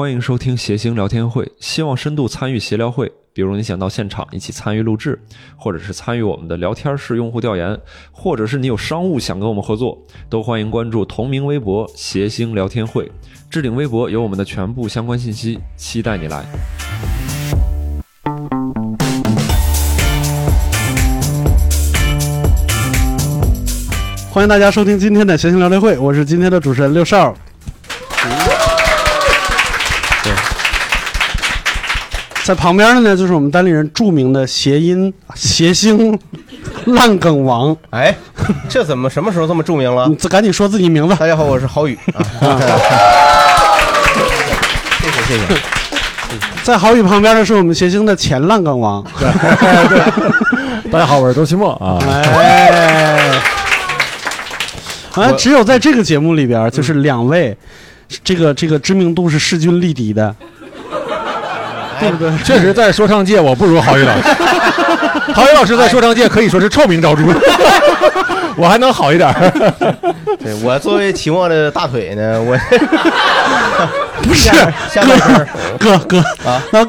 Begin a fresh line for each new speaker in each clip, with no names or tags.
欢迎收听谐星聊天会，希望深度参与协聊会。比如你想到现场一起参与录制，或者是参与我们的聊天室用户调研，或者是你有商务想跟我们合作，都欢迎关注同名微博“谐星聊天会”，置顶微博有我们的全部相关信息，期待你来。
欢迎大家收听今天的谐星聊天会，我是今天的主持人六少。在旁边的呢，就是我们单立人著名的谐音啊谐星烂梗王。
哎，这怎么什么时候这么著名了？
你赶紧说自己名字。
大家好，我是 郝宇。啊，谢谢谢谢。
在郝宇旁边的是我们谐星的前烂梗 王。
大家好，我是周奇墨啊。
哎，好像只有在这个节目里边，
嗯
就是两位，这个这个知名度是势均力敌的。对不对？
哎确实，在说唱界我不如 郝宇老 师。郝宇老师在说唱界可以说是臭名昭著， 我还能好一点儿。
对我作为期末的大腿 呢，我
不是
下半身儿
哥哥
啊，
那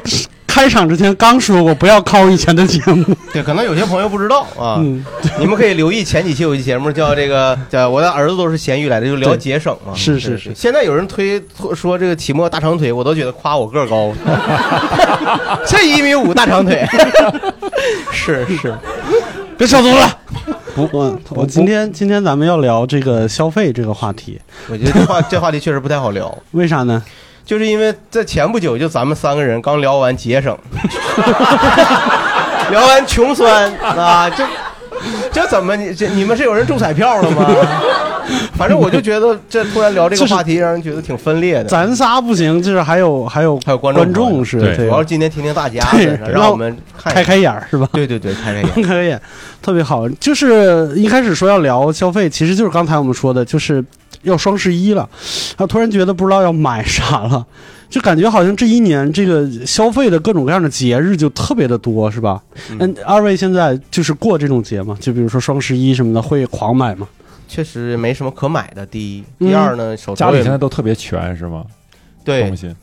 开场之前刚说过不要靠以前的节目，
对，可能有些朋友不知道啊，
嗯，
你们可以留意前几期有一期节目叫这个叫我的儿子都是咸鱼来的，就聊节省 嘛。
是是
对
是
现在有人推说这个期末大长腿，我都觉得夸我个 儿高，这一米五大长腿， 是是，
别扯犊子。不，我我今天今天咱们要聊这个消费这个话题，
我觉得这话这话题确实不太好聊。
为啥呢？
就是因为在前不久，就咱们三个人刚聊完节省， 聊完穷酸啊，这这怎么你这你们是有人中彩票了吗？反正我就觉得这突然聊这个话题，让人觉得挺分裂的。
咱仨不行，就是还有还有
还有观众
观众是
对
主
对
要是今天听听大家
对
的，让我们看
开开眼儿是吧？
对对对，开开眼。
开开眼，特别好。就是一开始说要聊消费，其实就是刚才我们说的，就是要双十一了，然后突然觉得不知道要买啥了，就感觉好像这一年这个消费的各种各样的节日就特别的多，是吧？
嗯
嗯，二位现在就是过这种节嘛，就比如说双十一什么的，会狂买吗？
确实没什么可买的。第一，
嗯
第二呢，手
家
头
里现在
也
都特别全是吗？
对
东，西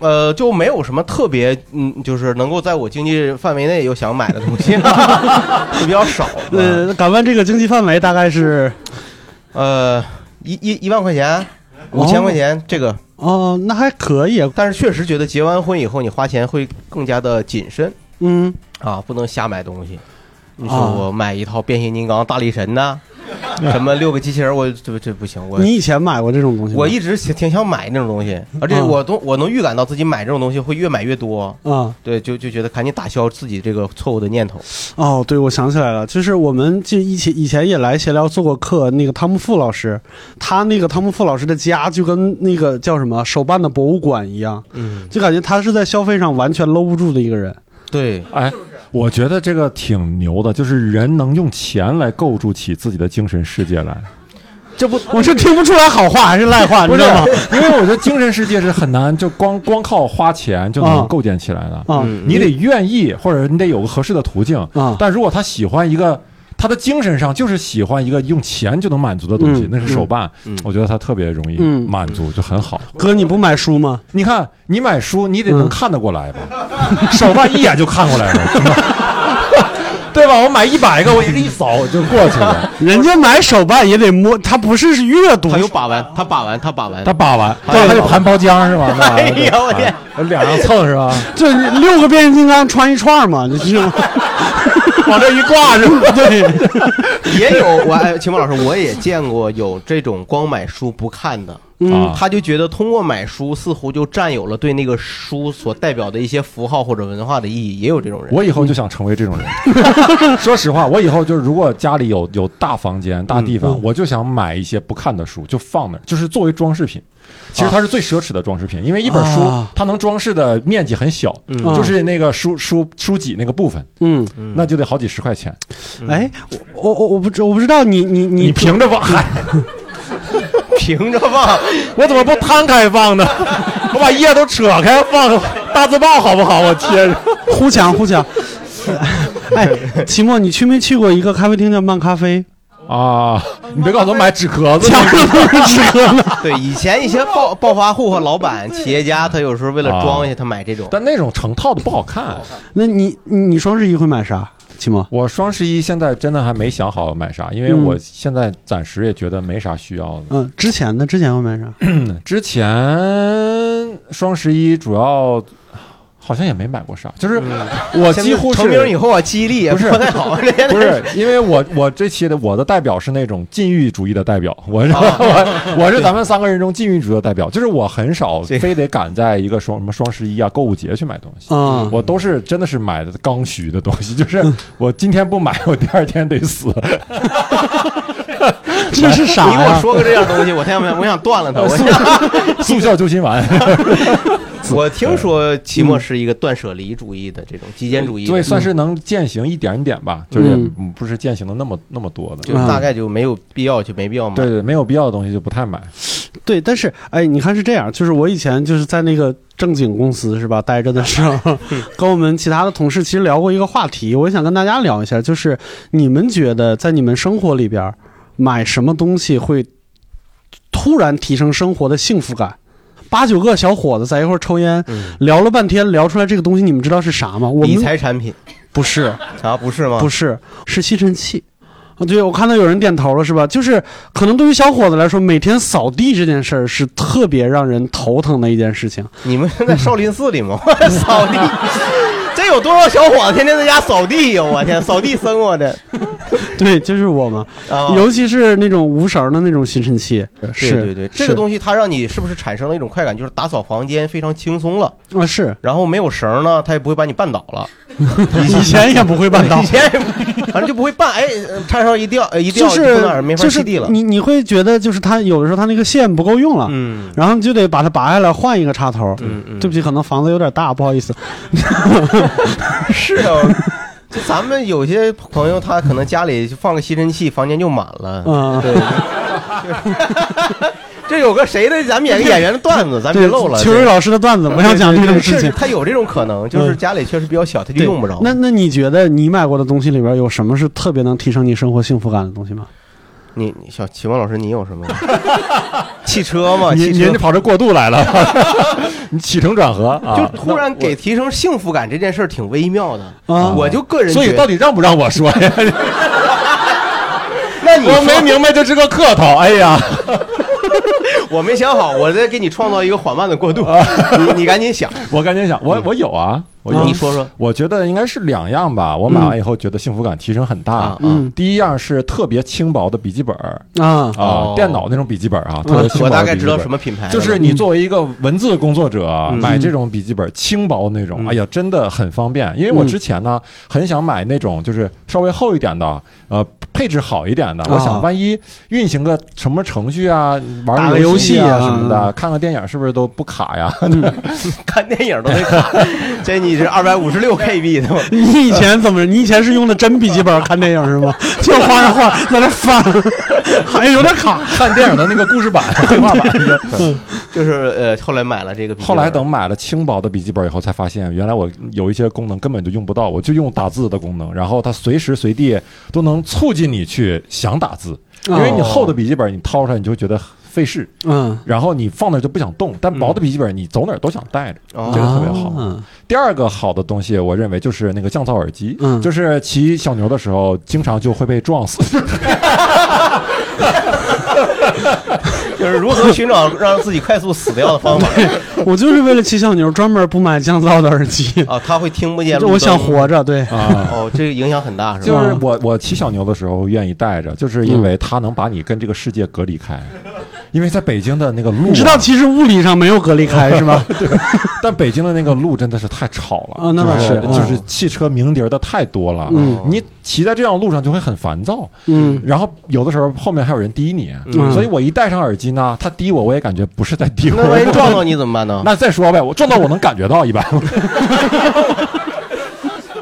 呃，就没有什么特别，嗯，就是能够在我经济范围内有想买的 东西，就比较少。嗯
呃，敢问这个经济范围大概是？
呃，一一一万块钱，五千块钱，这个，
哦，那还可以，
但是确实觉得结完婚以后，你花钱会更加的谨慎
嗯，
啊，不能瞎买东西。你说
啊
我买一套变形金刚、大力神呐、什么六个机器人，我这这不行，我
你以前买过这种东西吗？
我一直挺挺想买那种东西，而且
啊
我都我能预感到自己买这种东西会越买越多。
啊、
对，就就觉得赶紧打消自己这个错误的念头。
哦，对，我想起来了，就是我们就以前以前也来闲聊做过客，那个汤姆富老师，他那个汤姆富老师的家就跟那个叫什么手办的博物馆一样，
嗯，
就感觉他是在消费上完全搂不住的一个人。
对，
哎，我觉得这个挺牛的，就是人能用钱来构筑起自己的精神世界来。
这不，我是听不出来好话还是赖话，你知道吗？
因为我觉得精神世界是很难就光光靠花钱就
啊
能构建起来的。
啊、
嗯
你得愿意，或者你得有个合适的途径。
啊
但如果他喜欢一个，他的精神上就是喜欢一个用钱就能满足的东西，
嗯
那是手办。
嗯
我觉得他特别容易
嗯
满足，就很好。
哥，你不买书吗？
你看，你买书你得能
嗯
看得过来吧？ 手办一眼就看过来了，是 吧对吧？我买一百个，我 一扫我就过去了。
人家买手办也得摸，他不是是阅读
他，有把玩，他把玩，他把玩
他。扒完，
哎呀
对，他就盘包 浆是吧？
哎呀我天，
两样蹭是吧？
这六个变形金刚穿一串嘛，就是
往这一挂是吧？
对，
也有我，哎，秦梦老师，我也见过有这种光买书不看的，
啊
他就觉得通过买书似乎就占有了对那个书所代表的一些符号或者文化的意义，也有这 种人。
我以后就想成为这种人。 说实话，我以后就是如果家里有有大房间、大地
嗯
方，我就想买一些不看的书，就放那儿，就是作为装饰品。其实它是最奢侈的装饰品，因为一本书
啊
它能装饰的面积很小，
啊
就是那个书书书籍那个部分，
嗯，
那就得好几十块钱。
哎，我我我不知我不知道你你你
你凭着 放，嗨
凭着吧，
我怎么不摊开放呢？我把页都扯开放，大字报好不好？我贴着。
呼抢呼抢。哎，齐墨，你去没去过一个咖啡厅叫漫咖啡？
啊！你别告诉我买纸壳子，
对，以前一些暴暴发户和老板、企业家，他有时候为了装一下，他买这种。
啊但那种成套的不好看。
那你你你双十一会买啥？期末
我双十一现在真的还没想好买啥，因为
嗯
我现在暂时也觉得没啥需要的。
嗯，之前的之前会买啥？
嗯之前双十一主要好像也没买过啥，就是我
嗯现在
几乎
成名以
是。
后啊，记忆力也
不是
太好，这
不是，因为我我这期的我的代表是那种禁欲主义的代表，我
啊
是、我我是咱们三个人中禁欲主义的代表，就是我很少
这个
非得赶在一个双什么双十一啊购物节去买东西，
啊
嗯
我都是真的是买的刚需的东西，就是我今天不买，我第二天得死，
这是啥
你给我
呀？
说个这样东西，我天，我想我想 断了它。我想
速效救心丸。
我听说期末是一个断舍离主义的这种极简主义的，
对，算是能践行一点点吧，就是也不是践行的那么那么多
就
的。
嗯
大概就没有必要，就没必要买。
对对，没有必要的东西就不太买。
对，但是哎，你看是这样，就是我以前就是在那个正经公司是吧，待着的时 候，跟我们其他的同事其实聊过一个话题，我想跟大家聊一下，就是你们觉得在你们生活里边儿买什么东西会突然提升生活的幸福感？八九个小伙子在一块儿抽烟，
嗯，
聊了半天，聊出来这个东西，你们知道是啥吗？我
理
们
财产品
不是，
啊，不是吗？
不
是，
是，是吸尘器。啊，对，我看到有人点头了，是吧？就是可能对于小伙子来说，每天扫地这件事儿是特别让人头疼的一件事情。
你们在少林寺里吗？ 扫地， 这有多少小伙子天天在家扫地呀？我天，扫地生我 的
对，就是我嘛，
啊！
尤其是那种无绳的那种吸尘器，是，
对对对，这个
西
东西它让你是不是产生了一种快感，就是打扫房间非常轻松了，
啊是，
然后没有绳儿呢，它也不会把你绊倒了，
以前也不会办到
以，前也不反正就不会绊，哎，插上一掉，呃一掉
就
不
是
那儿没法
就是
吸地了。
你你会觉得就是它有的时候它那个线不够用了，
嗯
然后你就得把它拔下来换一个插头。
嗯嗯，
对不起，可能房子有点大，不好意思。
是啊，就咱们有些朋友他可能家里就放个吸尘器，房间就满了。
嗯
对，这有个谁的，咱们演个演员的段子，咱们
对，
别漏了。
秋
对
瑞老师的段子，我想讲这种事
是
情。嗯
他有这种可能，就是家里确实比较小，他 就
对
用不着。
那那你觉得你买过的东西里边有什么是特别能提升你生活幸福感的东西吗？
你你小启蒙老师，你有什么？汽车嘛，
您
汽
您
车
这跑这过渡来 了，你起承转合
就
啊。
突然给提升幸福感这件事儿挺微妙的。
啊，
我就个人
所
觉
以到
得，
底让不让我说呀？
那你
我没
说
明白，这是个客套。哎呀，
我没想好，我再给你创造一个缓慢的过渡，你你赶紧想，
啊
嗯
我赶紧想，我我有啊，我有
嗯
你。说 说
我觉得应该是两样吧，我买完以后觉得幸福感提升很大
啊。
嗯
第一样是特别轻薄的笔记本儿
啊嗯
啊
哦，
电脑那种笔记本儿啊，特别
我
轻薄
我
的
大概
笔记
知道
本
什么品牌了，
就是你作为一个文字工作者，买这种笔记本轻薄那种，
嗯
哎呀，真的很方便。因为我之前呢，很想买那种就是稍微厚一点的，呃，配置好一
啊
点的。我想万一运行个什么程序啊，玩
打个
个
游
戏
戏啊嗯
什么的，看个电影是不是都不卡呀？
看电影都得卡，这你是二百五十六 KB 的吗？
你以前怎么？你以前是用的真笔记本看电影是吗？ 就画上画在那翻， 好像有点卡。
看电影的那个故 事版、动画版。
就是呃，后来买了这个笔记本，
后来等买了轻薄的笔记本以后，才发现原来我有一些功能根本就用不到，我就用打字的功能，然后它随时随地都能促进你去想打字，
哦
因为你厚的笔记本你掏出来你就觉得费事，
嗯，
然后你放那儿就不想动，但薄的笔记本你走哪儿都想带着。
哦
这个特别好
啊
第二个好的东西，我认为就是那个降噪耳机，
嗯
就是骑小牛的时候经常就会被撞死。
就是如何寻找让自己快速死掉的方法
我就是为了骑小牛专门不买降噪的耳机，
啊，他会听不见路
我想
灯
活着。对，
啊，
哦，这个影响很大是
就
吧？
是我我骑小牛的时候愿意带着，就是因为它能把你跟这个世界隔离开。因为在北京的那个路、啊，
你知道其实物理上没有隔离开是 吧？
但北京的那个路真的是太吵了
啊那倒
就是
嗯
就是汽车鸣笛儿的太多了，
嗯
你骑在这样的路上就会很烦躁，
嗯
然后有的时候后面还有人滴你，
嗯
所以我一戴上耳机呢，他滴我，我也感觉不是在滴
那万 一
我，
撞到你怎么办呢？
那再说呗，我撞到我能感觉到一般，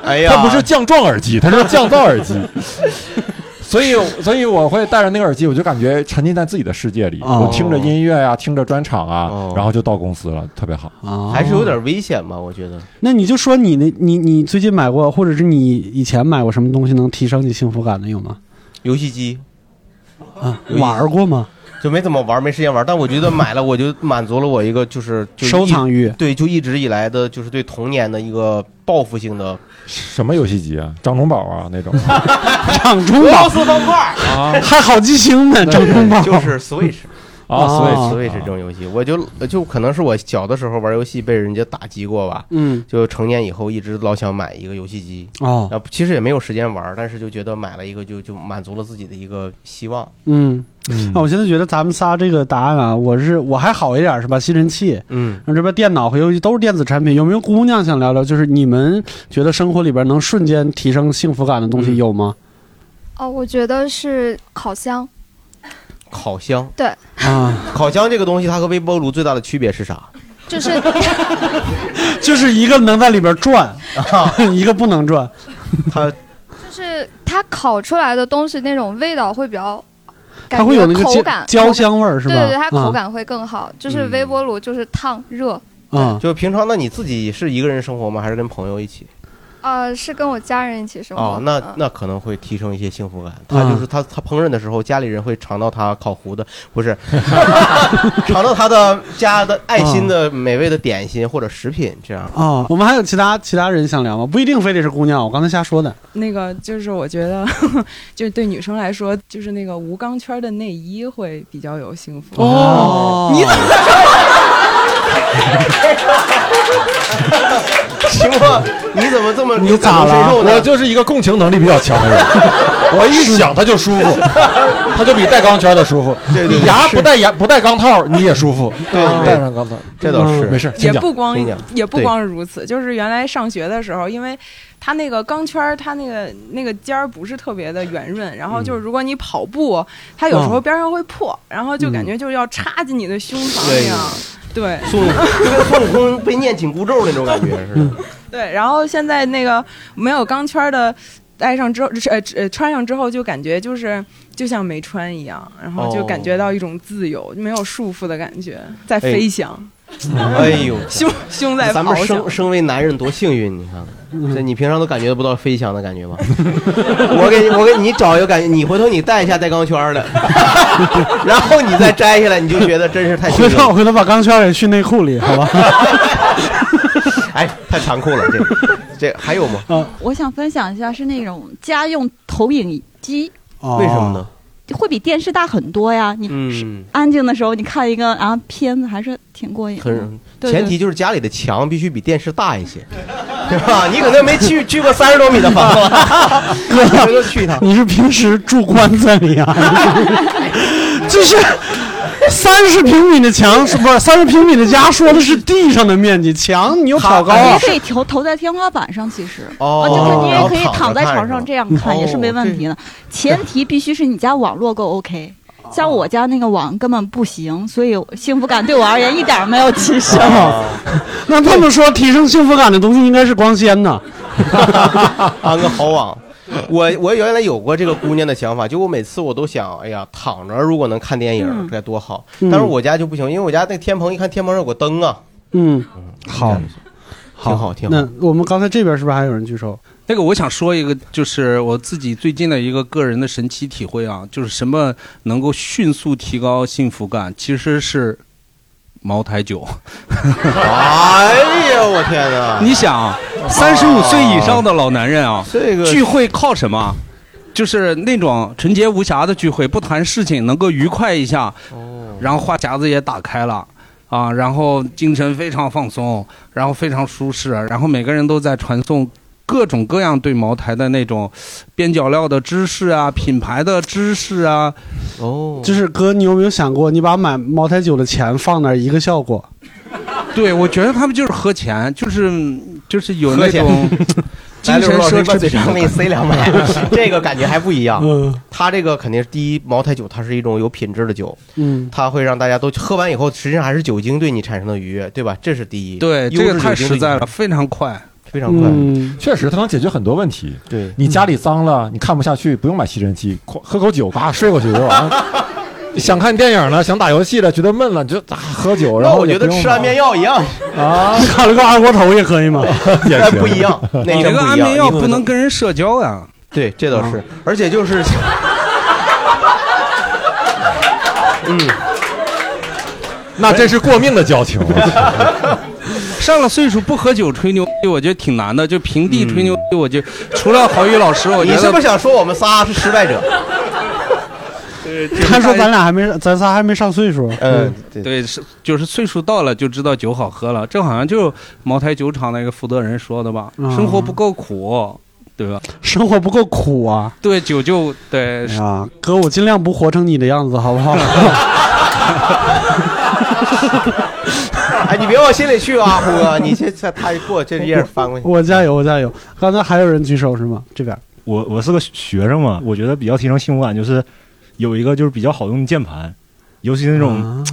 哎呀，
它不是降撞耳机，它是降噪耳机。 所以，所以我会戴着那个耳机，我就感觉沉浸在自己的世界里，
哦
我听着音乐呀、听着专场啊，
哦
然后就到公司了，特别好。
啊
还是有。点危险吧？我觉得
那你就说你那，你你最近买过，或者是你以前买过什么东西能提升你幸福感的有吗？
游戏机
啊，玩过吗？
就没怎么玩，没时间玩。但我觉得买了，我就满足了我一个就是就一
收藏欲
对，就一直以来的就是对童年的一个报复 性的
什么游戏机啊？掌中宝啊那种
掌中
俄
宝
罗斯方块，
啊
还好记星 呢，掌中宝
就是 Switch
啊
哦
Switch
Switch 这种游戏，我就就可能是我小的时候玩游戏被人家打击过吧。
嗯
就成年以后一直老想买一个游戏机，
哦
啊，其实也没有时间玩，但是就觉得买了一个就就满足了自己的一个希望。
嗯，
嗯
那我现在觉得咱们仨这个答案啊，我是我还好一点是吧？吸尘器。
嗯，
那这边电脑和游戏都是电子产品，有没有姑娘想聊聊？就是你们觉得生活里边能瞬间提升幸福感的
嗯
东西有吗？
哦，我觉得是烤箱，
烤箱，
啊，
烤箱这个东西它和微波炉最大的区别是啥？
就是
就是一个能在里边转，
啊
一个不能 转。
它
就是它烤出来的东西那种味道会比较，
它会有那个
感觉口
焦
感
焦。香味儿，是
对
吧？
对对，它口感会更好。就是
嗯
微波炉就是烫热，
啊，嗯
就平常那你自己是一个人生活吗？还是跟朋友一起？
呃，是跟我家人一起生活。
哦，那
嗯
那可能会提升一些幸福感。他
嗯
就是他他烹饪的时候，家里人会尝到他烤糊的，不是尝到他的家的爱
嗯
心的美味的点心或者食品这样。
哦，我们还有其他其他人想聊吗？不一定非得是姑娘，我刚才瞎说的。
那个就是我觉得， 就是对女生来说，就是那个无钢圈的内衣会比较有幸福。
哦， 你
行吧，你怎么这么
你咋
感同身
了
受呢
我就是一个共情能力比较强的 人，我一想他就舒服，他就比戴钢圈的舒服。
对对
你
对
牙
是
不戴牙不戴钢套你也舒服，
对对
戴上钢套
这倒是
嗯没事，请
也
讲。
不光
先讲
也不
对
光是如此，就是原来上学的时候，因为它那个钢圈儿，它那个那个尖儿不是特别的圆润，然后
嗯
就是如果你跑步，它有时候边上会破，然后就感觉就是要插进你的胸膛
嗯对
一样。对
孙悟就跟孙悟空被念紧箍咒那种感觉似的。
对，然后现在那个没有钢圈儿的戴上之后，呃呃穿上之后就感觉就是就像没穿一样，然后就感觉到一种自由，没有束缚的感觉，在飞翔，
嗯
哎呦，
胸胸在
咱们
翱翔
生。身为男人多幸运，你看
嗯
看，这你平常都感觉不到飞翔的感 觉吧？ 我给我给你找一个感觉，你回头你戴一下带钢圈的，然后你再摘下来，你就觉得真是太幸
回
运
头我
了，
回头把钢圈给训内裤里，好吧？
哎，太残酷了，这个这个还有吗？
嗯
我想分享一下是那种家用投影机，
哦
为什么？呢？
会比电视大很多呀。你
嗯，
安静的时候，你看一个啊片子，还是挺过瘾的。
很
对对
前提就是家里的墙必须比电视大一些，对吧？你可能没去去过三十多米的房子， 哥，回头去一趟。
你是平时住棺材里啊？ 就是三十平米的墙，是不是三十平米的家，说的是地上的面积，墙你又挑高
你也
啊。
可以投投在天花板上，其实
哦
啊，就是你
然
也
后
可以
躺着
躺在
看
床
是吧
上这样看也是没问题的，前提必须是你家网络够 OK。像我家那个网根本不行，所以幸福感对我而言一点儿没有提升。
哦那这么说，提升幸福感的东西应该是光纤呢？
安啊个好网。我我原来有过这个姑娘的想法，就我每次我都想，哎呀，躺着如果能看电影该多好。但是我家就不行，因为我家那天棚一看天棚上有个灯啊，
嗯，好，
挺好挺好
那我们刚才这边是不是还有人举手？
那个我想说一个，就是我自己最近的一个个人的神奇体会啊，就是什么能够迅速提高幸福感，其实是茅台酒。
哎呀，我天哪！
你想，三十五岁以上的老男人啊，
哦这个
聚会靠什么？就是那种纯洁无瑕的聚会，不谈事情，能够愉快一下，
哦
然后话匣子也打开了。啊，然后精神非常放松，然后非常舒适，然后每个人都在传送各种各样对茅台的那种边角料的知识啊、品牌的知识啊，
哦，
就是哥，你有没有想过，你把买茅台酒的钱放那儿一个效果？
对，我觉得他们就是喝钱，就是就是有
喝
那
钱
种 精神奢
把
侈
嘴
品
上给你塞两百， 这个感觉还不一样。
嗯
它这个肯定是第一，茅台酒它是一种有品质的酒，
嗯，
它会让大家都喝完以后，实际上还是酒精对你产生的愉悦，对吧？这是第一，
对，这
优
个
质
太
酒精对
实
你
在了，，非常快。
非常快。
嗯，
确实，它能解决很多问题。
对，嗯
你家里脏了，你看不下去，不用买吸尘器，哐喝口酒，嘎 睡过去就完了。想看电影了，想打游戏了，觉得闷了，你就、啊喝酒，然
那
后
我觉得吃安眠药一样，
药 啊，
烤了个二锅头也可以吗？
也
但
行
不一。样，那
嗯你这
真
个
不
安
一样
眠药
你
不能跟人社交呀、
对，这倒是，而且就是嗯
那真是过命的交情。
上了岁数不喝酒吹牛，我觉得挺难的。就平地吹牛，我就除了郝宇老师，我觉
你
得
是不是想说我们仨是失败者？
他说咱俩还没，咱仨还没上岁数。
嗯，对，
呃对，是就是岁数到了就知道酒好喝了，这好像就是茅台酒厂那个负责人说的吧？
嗯
生活不够苦，对吧？
生活不够苦啊！
对酒就对
哎，呀，哥，我尽量不活成你的样子，好不 好？
哎，你别往心里去啊，虎哥，你这这他一过，这页翻过去。
我加油，我加油！刚才还有人举手是吗？这边
我我是个学生嘛，我觉得比较提升幸福感就是有一个就是比较好用的键盘，尤其是那种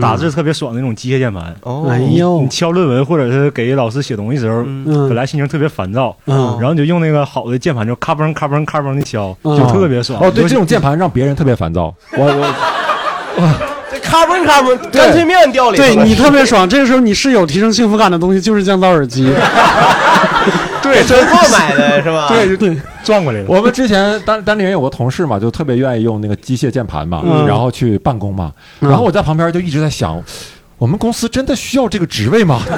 打字特别爽的那种机械键盘。
哦
啊哎呦
你，敲论文或者是给老师写东西时候，
嗯
本
嗯
来心情特别烦躁，
嗯，
然后你就用那个好的键盘，就咔嘣咔嘣咔嘣的敲，
嗯
就特别爽。
哦，对，这种键盘让别人特别烦躁。我我
这咔嘣咔嘣，干脆面掉里头了。
对你特别爽。这个时候你是有提升幸福感的东西，就是降噪耳 机。
对周末买的是吧？
对对，
转过来了。
我们之前单单立人有个同事嘛，就特别愿意用那个机械键盘嘛，
嗯
然后去办公嘛。
嗯
然后我在旁边就一直在想，我们公司真的需要这个职位吗？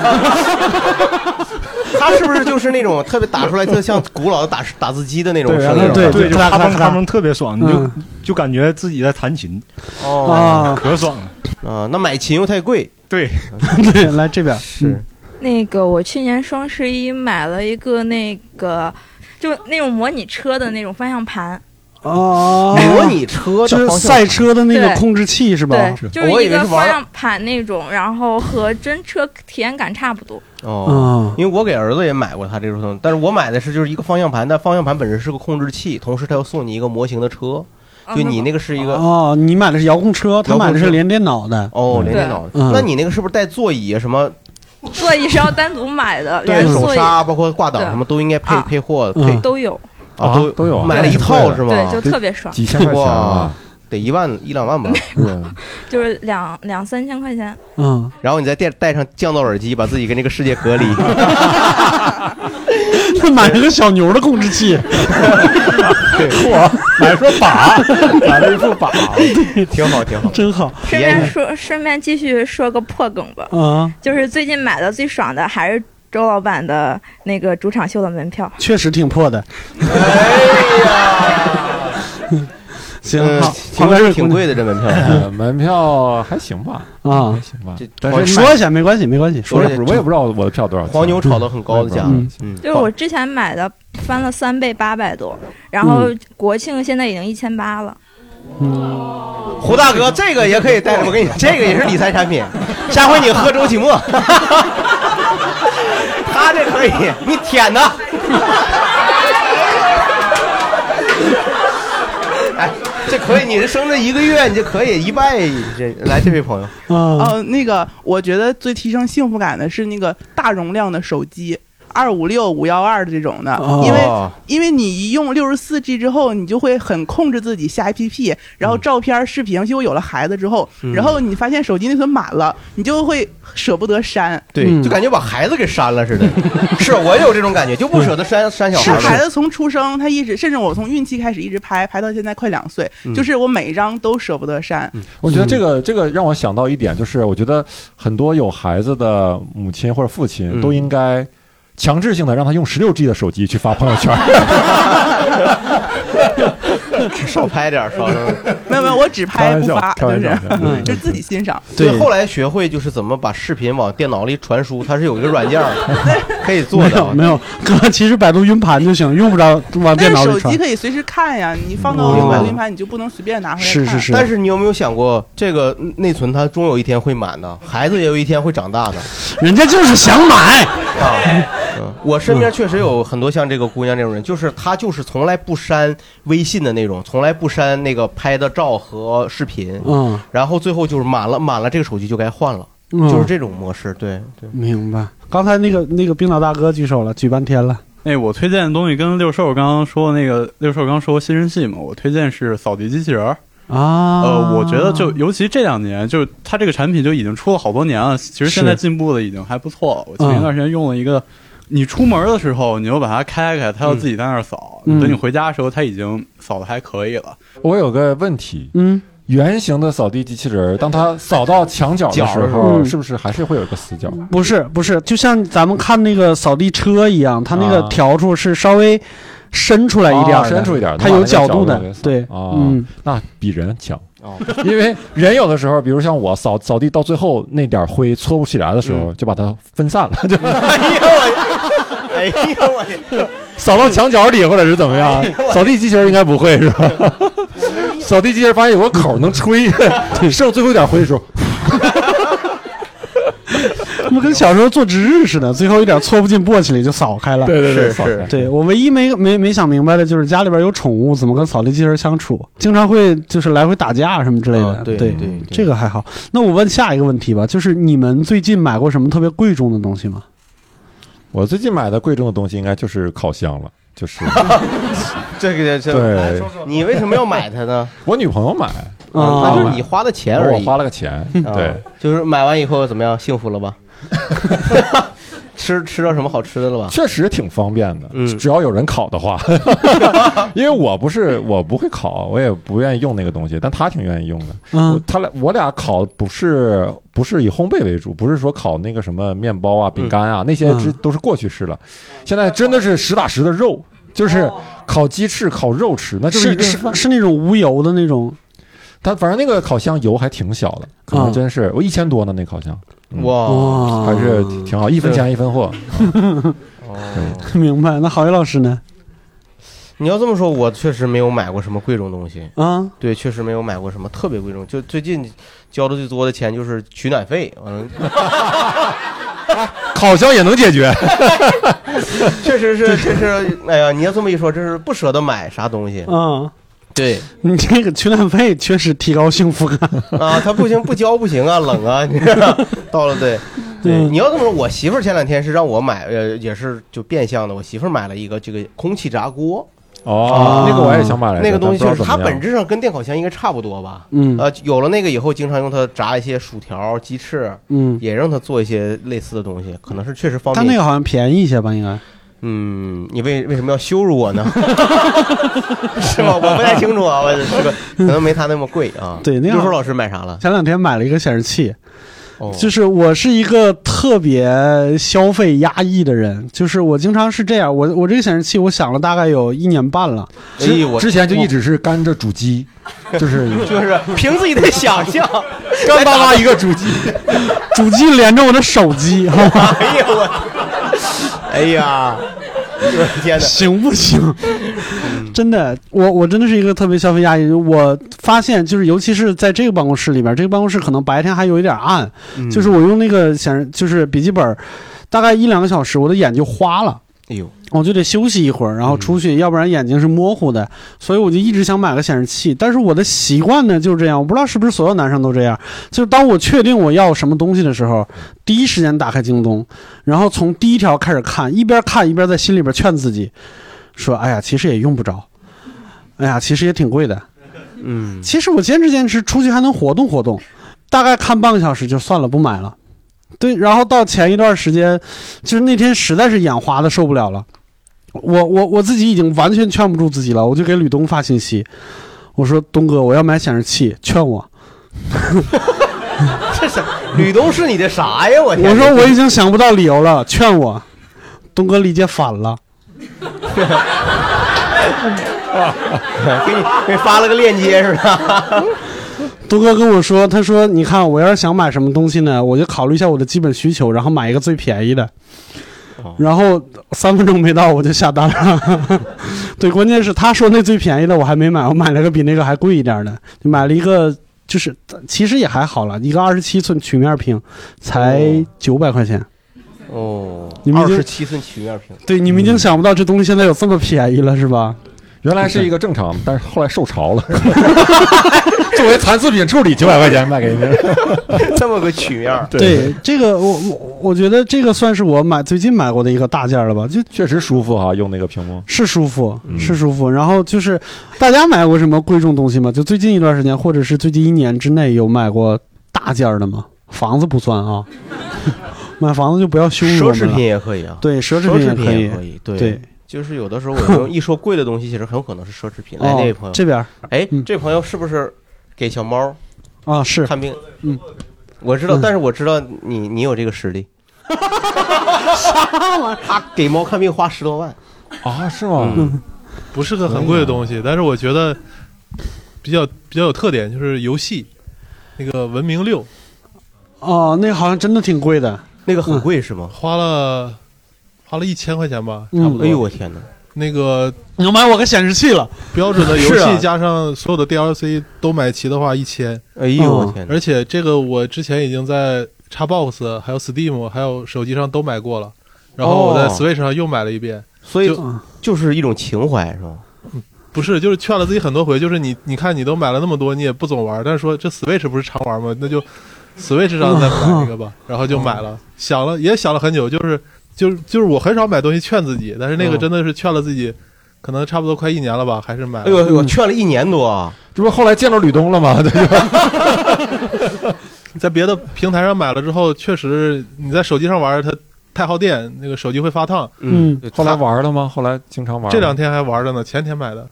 他是不是就是那种特别打出来特像古老的打打字机的那种
对
声
然
音？啊
后对
对，就
咔
咔
咔
嘣
咔
咔嘣特别爽，你就
嗯
就感觉自己在弹琴，
哦
啊，
可爽了。
啊，那买琴又太贵，
对，
对，来哎这边
是
那个我去年双十一买了一个那个，就那种模拟车的那种方向盘，
哦，
模拟车
就
的
是
方向
赛车的那个
对
控制器是吧？
对，就
我以
是一
为
个
是玩
方
儿
向盘那种，然后和真车体验感差不 多。
哦。
嗯，
因为我给儿子也买过他这种东西，但是我买的是就是一个方向盘，但方向盘本身是个控制器，同时他要送你一个模型的车，就你那个是一个
哦，你买的是遥控车，他
遥控
买的是
车
连电脑的。
哦
对
连电脑，
嗯
那你那个是不是带座椅啊什么
嗯座椅是要单独买 的，
带
连
手
啊座椅
刹，包括挂档
对
什么都应该配
啊
配货
嗯
配
都有，
啊
啊都有啊
买了一套是吗？
对，就特别爽，
几千块钱啊！
得一万一两万吧。
对，
就是两两三千块钱。
嗯，
然后你再戴戴上降噪耳机，把自己跟这个世界隔离。
他买了个小牛的控制器，
嚯，买了说把，买了一副把。
挺好，挺好。
真好
顺
体验一
便
下嗯
说，顺便继续说个破梗吧，
啊！
就是最近买的最爽的还是周老板的那个主场秀的门票。
确实挺破的。哎 行，
嗯
好，，
挺
旁边
贵，
是
挺贵的这门票。
呃门票还行吧，
啊
还。行吧。
这
但
黄
是
说一下没关系，没关系。
我
说
也
这
不我也不知道我的票多少钱。
黄牛炒到很高的价了
嗯，
嗯，
就是我之前买的翻了三倍，八百多，然后国庆现在已经一千八了。
嗯
胡大哥，这个也可以带，我跟你，这个也是理财产品。下回你喝周启墨， 他这可以，你舔他。哎，这可以，你这生这一个月，你这可以一拜，你这来这位朋友，
啊，
呃，那个我觉得最提升幸福感的是那个大容量的手机，二五六、五幺二这种的，
哦
因为
哦
因为你一用六十四 G 之后，你就会很控制自己下 APP，然
嗯
后照片儿、视频，尤其我有了孩子之后，然后你发现手机内存满了，你就会舍不得删。
对，
嗯
就感觉把孩子给删了 似的。是我也有这种感觉，就不舍得删删小
是
孩
孩
子。
子从出生，他一直，甚至我从孕期开始一直拍，拍到现在快两岁，
嗯
就是我每一张都舍不得删。
我觉得这个这个让我想到一点，就是我觉得很多有孩子的母亲或者父亲
嗯
都应该强制性的让他用十六 G 的手机去发朋友圈。
少拍点儿，少。
没有没有，我只
开
拍
玩
不
笑
发，，
开
就
玩
是
笑。
嗯
就是自己欣赏。
对，
对
后来学会就是怎么把视频往电脑里传输，它是有一个 软件儿可以做
没
的啊
有。没有，哥，其实百度云盘就行，用不着
嗯
往电
但是
脑
手
里传
机。可以随时看呀，你放到
哦
百度云盘，你就不能随便拿回来
是
看。
是是，
但是你有没有想过，这个内存它终有一天会满的，孩子也有一天会长大的
人家就是想买。
啊。嗯我身边确实有很多像这个姑娘这
嗯
种人，就是她就是从来不删微信的内容，从来不删那个拍的照和视频，
嗯，
然后最后就是满了满了，这个手机就该换了，就是这种模式。对对，
明白。刚才那个那个冰岛大哥举手了，举半天了。
哎，我推荐的东西跟六兽刚刚说那个，六兽刚说新人系嘛，我推荐是扫地机器人儿。
啊，
呃，我觉得就尤其这两年，就是它这个产品就已经出了好多年了，其实现在
是
进步的已经还不错了。我前一段时间用了一个，你出门的时候你就把它开开，它要自己在那儿扫；
嗯
等你回家的时候，它已经扫的还可以了。
我有个问题，
嗯
圆形的扫地机器人儿，当它扫到墙角的时
角
候，
嗯
是不是还是会有一个死角？
不是不是，就像咱们看那个扫地车一样，它那个
啊
笤帚是稍微伸出来一点儿
啊
的，
伸出一点儿的
它
把那
有
个
角
角
度
度
的
给，扫
对，
啊
嗯，
那比人强。因为人有的时候，比如像我扫扫地到最后那点儿灰搓不起来的时候，就把它分散了， 就
哎呦我天！
扫到墙角里或者是怎么样。扫地机器人应该不会是吧？扫地机器人发现有个口儿能吹，剩最后一点灰的时候，
他们跟小时候做值日似的，最后一点搓不进簸箕里就扫开了。
对对对是扫开是
对我唯一没没没想明白的就是家里边有宠物怎么跟扫地机器人相处，经常会就是来回打架什么之类的。
哦
啊对
对
对对
这个还好。那我问下一个问题吧，就是你们最近买过什么特别贵重的东西吗？
我最近买的贵重的东西应该就是烤箱了，就是
这个这
对
你为什么要买它呢？
我女朋友买，
那
她
就是
买
你花的钱而
我
已。
花了个钱，对
啊，就是买完以后怎么样？幸福了吧？ 吃吃到什么好吃的了吧？
确实挺方便的，只要有人烤的话，因为我不是我不会烤，我也不愿意用那个东西，但他挺愿意用的。
嗯
我他俩我俩烤不是不是以烘焙为主，不是说烤那个什么面包啊、饼干啊、那些之
嗯
都是过去式了，现在真的是实打实的肉，就是烤鸡翅、烤肉吃，那就是一
是哦
顿
是
饭。
是那种无油的那种，
他反正那个烤箱油还挺小的，可能
啊
真是我一千多呢，那烤箱嗯
哇
还是挺好，一分钱一分货。
哦
明白。那郝宇老师呢？
你要这么说，我确实没有买过什么贵重东西。
啊，
对，确实没有买过什么特别贵重。就最近交的最多的钱就是取暖费，嗯完 了，
哎烤箱也能解决。
确实是，确实，哎呀，你要这么一说，真是不舍得买啥东西。
嗯，
对
你这个取暖费确实提高幸福感。
啊，他不行，不交不行啊，冷啊，你知道到了对。对，
嗯
你要这么说，我媳妇儿前两天是让我买，呃，也是就变相的，我媳妇儿买了一个这个空气炸锅，啊
哦，那个我也想买来着，
那个东西
但
确
不
实，
知道
它
怎么样
本质上跟电烤箱应该差不多吧？
嗯
呃，有了那个以后，经常用它炸一些薯条、鸡翅，
嗯
也让它做一些类似的东西，可能是确实方
但
便。
那个好像便宜一些吧，应该。
嗯，你为为什么要羞辱我呢？ 是吧？我不太清楚啊，我这个可能没它那么贵啊。
对那样
六叔老师买啥了？
前两天买了一个显示器，
哦，
就是我是一个特别消费压抑的人，就是我经常是这样，我我这个显示器我想了大概有一年半了，
哎呦我
之前就一直是干着主机， 就是
就是凭自己的想象，
干巴巴一个主机，
主机连着我的手机，哈哈
哎呀我，哎呀，我的 天哪！
行不行？真的，我我真的是一个特别消费压抑。我发现就是，尤其是在这个办公室里边，这个办公室可能白天还有一点暗，就是我用那个显示就是笔记本，大概一两个小时，我的眼就花了。
哎呦，
我哦就得休息一会儿，然后出去，要不然眼睛是模糊的。所以我就一直想买个显示器，但是我的习惯呢就是这样，我不知道是不是所有男生都这样。就是当我确定我要什么东西的时候，第一时间打开京东，然后从第一条开始看，一边看一边在心里边劝自己，说：“哎呀，其实也用不着，哎呀，其实也挺贵的。
嗯，
其实我坚持坚持，出去还能活动活动。”大概看半个小时就算了，不买了。对，然后到前一段时间，就是那天实在是眼花的受不了了，我我我自己已经完全劝不住自己了，我就给吕东发信息，我说东哥，我要买显示器，劝我。
这是吕东是你的啥哎呀？我天！
我说我已 经想不到理由了，劝我。东哥理解反了，
给你给你发了个链接是吧？
东哥跟我说，他说你看我要是想买什么东西呢，我就考虑一下我的基本需求，然后买一个最便宜的。
哦
然后三分钟没到我就下单 了，对，关键是他说那最便宜的我还没买，我买了个比那个还贵一点的，就买了一个就是其实也还好了，一个二十七寸曲面屏，才九百块
嗯
钱。
哦
你，们
二
就
十七寸曲面屏，
对，你们已经想不到这东西现在有这么便宜了，是吧？
原来是一个正常，但是后来受 潮了。作为残次品处理，九百块钱卖给你。
这么个曲面儿，
对，这个我我我觉得这个算是我买最近买过的一个大件儿了吧，就
确实舒服哈、用那个屏幕。嗯
是舒服，是舒服。然后就是大家买过什么贵重东西吗？就最近一段时间，或者是最近一年之内有买过大件儿的吗？房子不算啊， 买房子就不要羞辱
奢
我们
侈
了
品。也可以啊。
对，奢侈
奢
品也
侈品
可以，
也 可以，对
对
就是有的时候我们一说贵的东西，其实很有可能是奢侈品。来，那位朋
哦
嗯
友，，
这边儿
哎，这朋友是不是给小猫
啊，是
看病。
嗯，
我知道，
嗯
但是我知道你你有这个实力。 他给猫看病花十多万
啊？是吗
嗯，
不是个很贵的东西，但是我觉得比较比较有特点，就是游戏那个《文明六》
哦，那个好像真的挺贵的，
那个很贵是吗？
花了花了一千块钱吧，
嗯
差不多。
哎呦我
天哪！
那个
你要买我个显示器了，
标准的游
是啊
戏加上所有的 DLC 都买齐的话，一千。
哎呦我天哪
而且这个我之前已经在 Xbox、还有 Steam、还有手机上都买过了，然后我在
哦
Switch 上又买了一遍。
所以
就
嗯
就是一种情怀是吗？
不是，就是劝了自己很多回，就是你你看你都买了那么多，你也不总玩，但是说这 Switch 不是常玩吗？那就 Switch 上再买一个 吧，然后就买
哦
了，想了也想了很久，就是就是就是我很少买东西劝自己，但是那个
嗯
真的是劝了自己，可能差不多快一年了吧，还是买了。
哎呦，我劝了一年多啊，
嗯这不后来见着吕东了 吗？
在别的平台上买了之后，确实你在手机上玩它太耗电，那个手机会发烫。
嗯后来玩了吗？后来经常玩。
这两天还玩着呢，前天买的。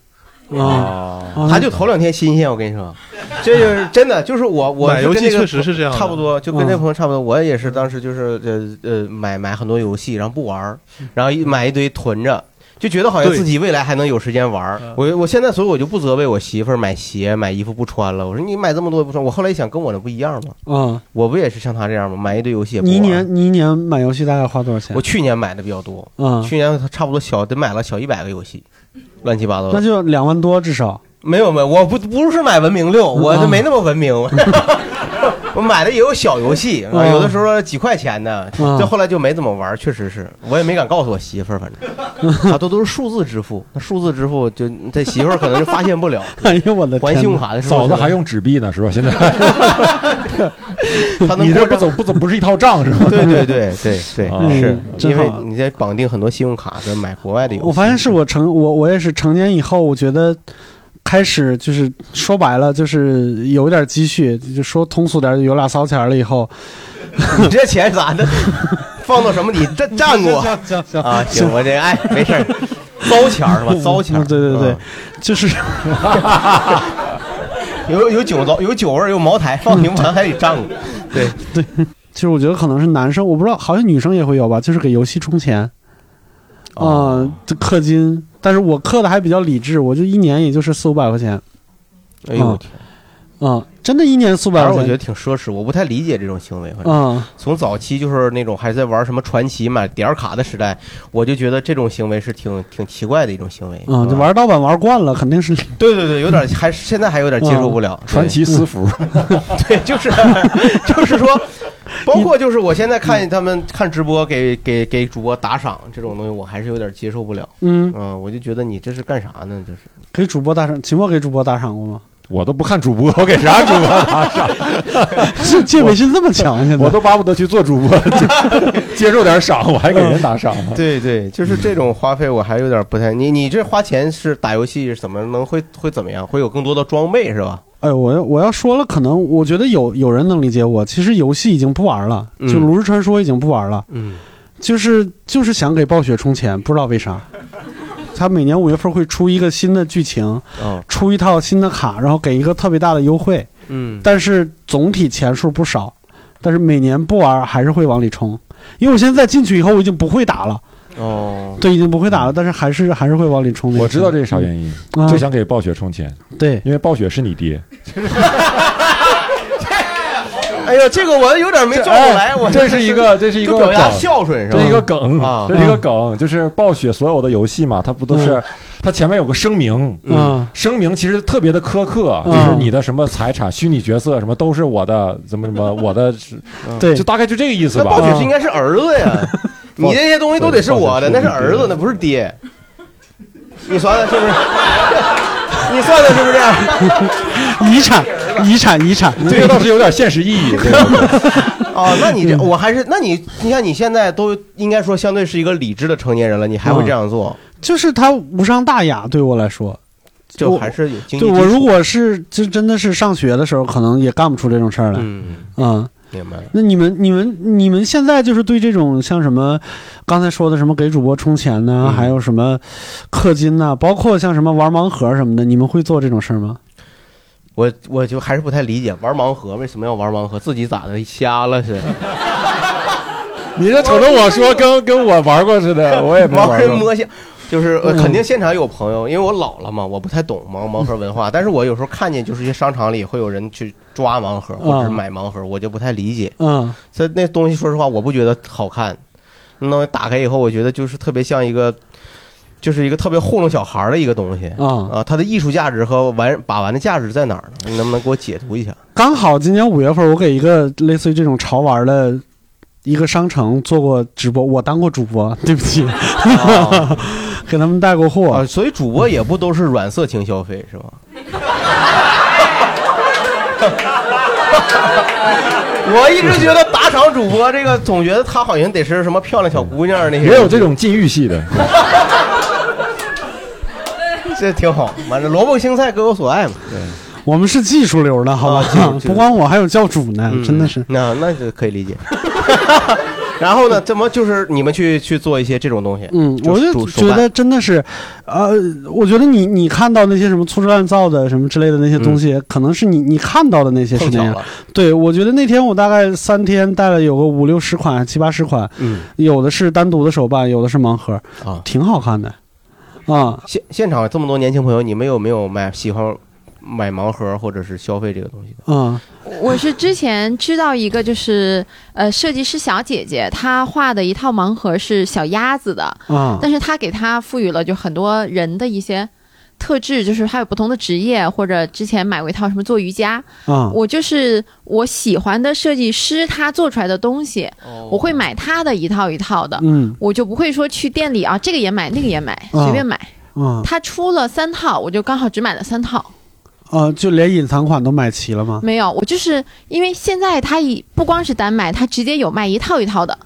啊
他就头两天新鲜，我跟你说，这就是真的，就是我我
买
是跟
游戏
那个
确实是这样的
差不多就跟那
嗯
朋友差不多。我也是当时就是呃呃买买很多游戏，然后不玩儿，然后一买一堆囤着。就觉得好像
嗯对嗯
自己未来还能有时间玩儿我我现在所以我就不责备我媳妇儿买鞋买衣服不穿了。我说你买这么多也不穿，我后来一想跟我的不一样吗？
嗯，
我不也是像她这样吗？买一堆游戏也不
你一
玩儿。
年你一年买游戏大概花多少钱？
我去年买的比较多，
嗯
去年差不多小得买了小一百个游戏，乱七八糟的。
那就两万多至少。
没有没有，我不不是买文明六，我
啊
这没那么文明， 我买的也有小游戏，
啊
有的时候几块钱的，
啊
这后来就没怎么玩，确实是我也没敢告诉我媳妇儿，反 正啊，都都是数字支付，那数字支付就这媳妇儿可能就发现不了，
哎呦 我的
还信用卡的时
嫂
候
子还用纸币呢，是吧？现 在
她能
你这
过
不
账
走不走不是一套账是吧？
对对对对对，
啊
是
嗯真
因为
好
你在绑定很多信用卡的买国外的游戏，
我发现是我成我我也是成年以后，我觉得开始就是说白了就是有点积蓄，就说通俗点，有俩骚钱了以后，
你这 钱咋的，放到什么你站站过啊？行，我这哎没事儿，糟钱儿是吧？糟钱儿，
嗯
嗯
对对对，就是。
有有酒糟，有酒味儿，有茅台，放平盘还得胀。
嗯
对，
对，其实我觉得可能是男生，我不知道，好像女生也会有吧，就是给游戏充钱，啊、
哦
这氪金。但是我氪的还比较理智，我就一年也就是四五百块钱。
哎呦我
嗯
天！
啊、真的，一年四五百
反
块
正
钱，
我觉得挺奢侈，我不太理解这种行为。反
嗯
正从早期就是那种还在玩什么传奇、买点儿卡的时代，我就觉得这种行为是挺挺奇怪的一种行为。
啊、就玩盗版玩惯了，肯定是啊
对对对，有点还现在还有点接受不了。对
传奇私服，
对，就是
啊
就是说， 包括就是我现在
嗯
看见他们看直播给给给主播打赏这种东西，我还是有点接受不了。
嗯
我就觉得你这是干啥呢？这是。
给主播打赏。秦墨给主播打赏过吗？
我都不看主播，我 给啥主播打赏？
这戒备心这么强，现在
我都巴不得去做主 播，接受点赏，我还给人打赏
嗯
呢。
对对，就是这种花费，我还有点不太。你你这花钱是打游戏，怎么能会会怎么样？会有更多的装备是吧？
哎，我要我要说了，可能我觉得有有人能理解我。其实游戏已经不玩了，就
嗯
《炉石传说》已经不玩了，
嗯，
就是就是想给暴雪充钱，不知道为啥。他每年五月份会出一个新的剧情，
哦，
出一套新的卡，然后给一个特别大的优惠，
嗯
但是总体钱数不少，但是每年不玩还是会往里充。因为我现在进去以后，我已经不会打了，
哦，
对，已经不会打了，但是还是还是会往里充那个钱。
我知道这是啥原因，
啊
就想给暴雪充钱，
对，
因为暴雪是你爹。
哎呀，这个我有点没转过来，我
这是一个，这是一个
就表达
梗
孝顺是
这
吧？
是一个梗
啊
这是一个梗，就是暴雪所有的游戏嘛，它不都是
嗯
它前面有个声明，
嗯
声明其实特别的苛刻，
嗯
就是你的什么财产、虚拟角色什么都是我的，怎么怎么我的是，
对
就大概就这个意思
那
吧。
暴雪是应该是儿子呀， 你这些东西都得是我的，
暴
那
雪
是
是我的
儿子，那不是爹。你算算是不是？你算算是不是这样？
遗产，遗产，遗产，
这个倒是有点现实意 义。这个
哦，那你这我还是，那你你看你现在都应该说相对是一个理智的成年人了，你还
嗯
会这样做，
就是它无伤大雅，对我来说。
就还是有经济
对
基础。
我如果是就真的是上学的时候，可能也干不出这种事儿来。
嗯，
嗯，
明白了。
那你们、你们、你们现在就是对这种像什么刚才说的什么给主播充钱
嗯
呐、还有什么氪金呐、包括像什么玩盲盒什么的，你们会做这种事儿吗？
我我就还是不太理解，玩盲盒为什么要玩盲盒？自己咋的瞎了是？
你这瞅着我说跟跟我玩过似的，我也没玩过
盲人摸象，就是、呃、
嗯
肯定现场有朋友，因为我老了嘛，我不太懂
嗯
盲盲盒 文化，但是我有时候看见就是一些商场里会有人去抓盲盒或者是
嗯
买盲盒，我就不太理解。
嗯，
这那东西说实话我不觉得好看，那东西打开以后，我觉得就是特别像一个。就是一个特别糊弄小孩儿的一个东西
啊
它的艺术价值和玩把玩的价值在哪儿呢？你能不能给我解读一下？
刚好今年五月份，我给一个类似于这种潮玩的一个商城做过直播，我当过主播，对不起， 给他们带过货、
哦所以主播也不都是软色情消费是吧？ 我一直觉得打赏主播这个，总觉得他好像得是什么漂亮小姑娘那些。
也有这种禁欲系的。
这挺好，反正萝卜青菜各有所爱嘛。对，
我们是技术流的，好吧？
哦技术
不
嗯
光我，还有教主呢，真的是。
那那就可以理解。然后呢，怎么就是你们去去做一些这种东西？
嗯，我就
主
觉得真的是，呃，我觉得你你看到那些什么粗制滥造的什么之类的那些东西，可能是你你看到的那些是那
嗯碰
样
巧了。
对，我觉得那天我大概三天带了有个五六十款、七八十款，
嗯，
有的是单独的手办，有的是盲盒，
啊，
挺好看的。
嗯
啊，
现现场这么多年轻朋友，你们有没有买喜欢买盲盒或者是消费这个东西？
啊
嗯，
我是之前知道一个，就是呃，设计师小姐姐她画的一套盲盒是小鸭子的，
啊
但是她给它赋予了就很多人的一些特质，就是她有不同的职业，或者之前买过一套什么做瑜伽，
啊
我就是我喜欢的设计师他做出来的东西，我会买他的一套一套的，
嗯
我就不会说去店里啊这个也买那个也买，随便买。
啊
他出了三套，我就刚好只买了三套。
啊，就连隐藏款都买齐
啊
了吗？
没有，我就是因为现在它已不光是单卖，它直接有卖一套一套的，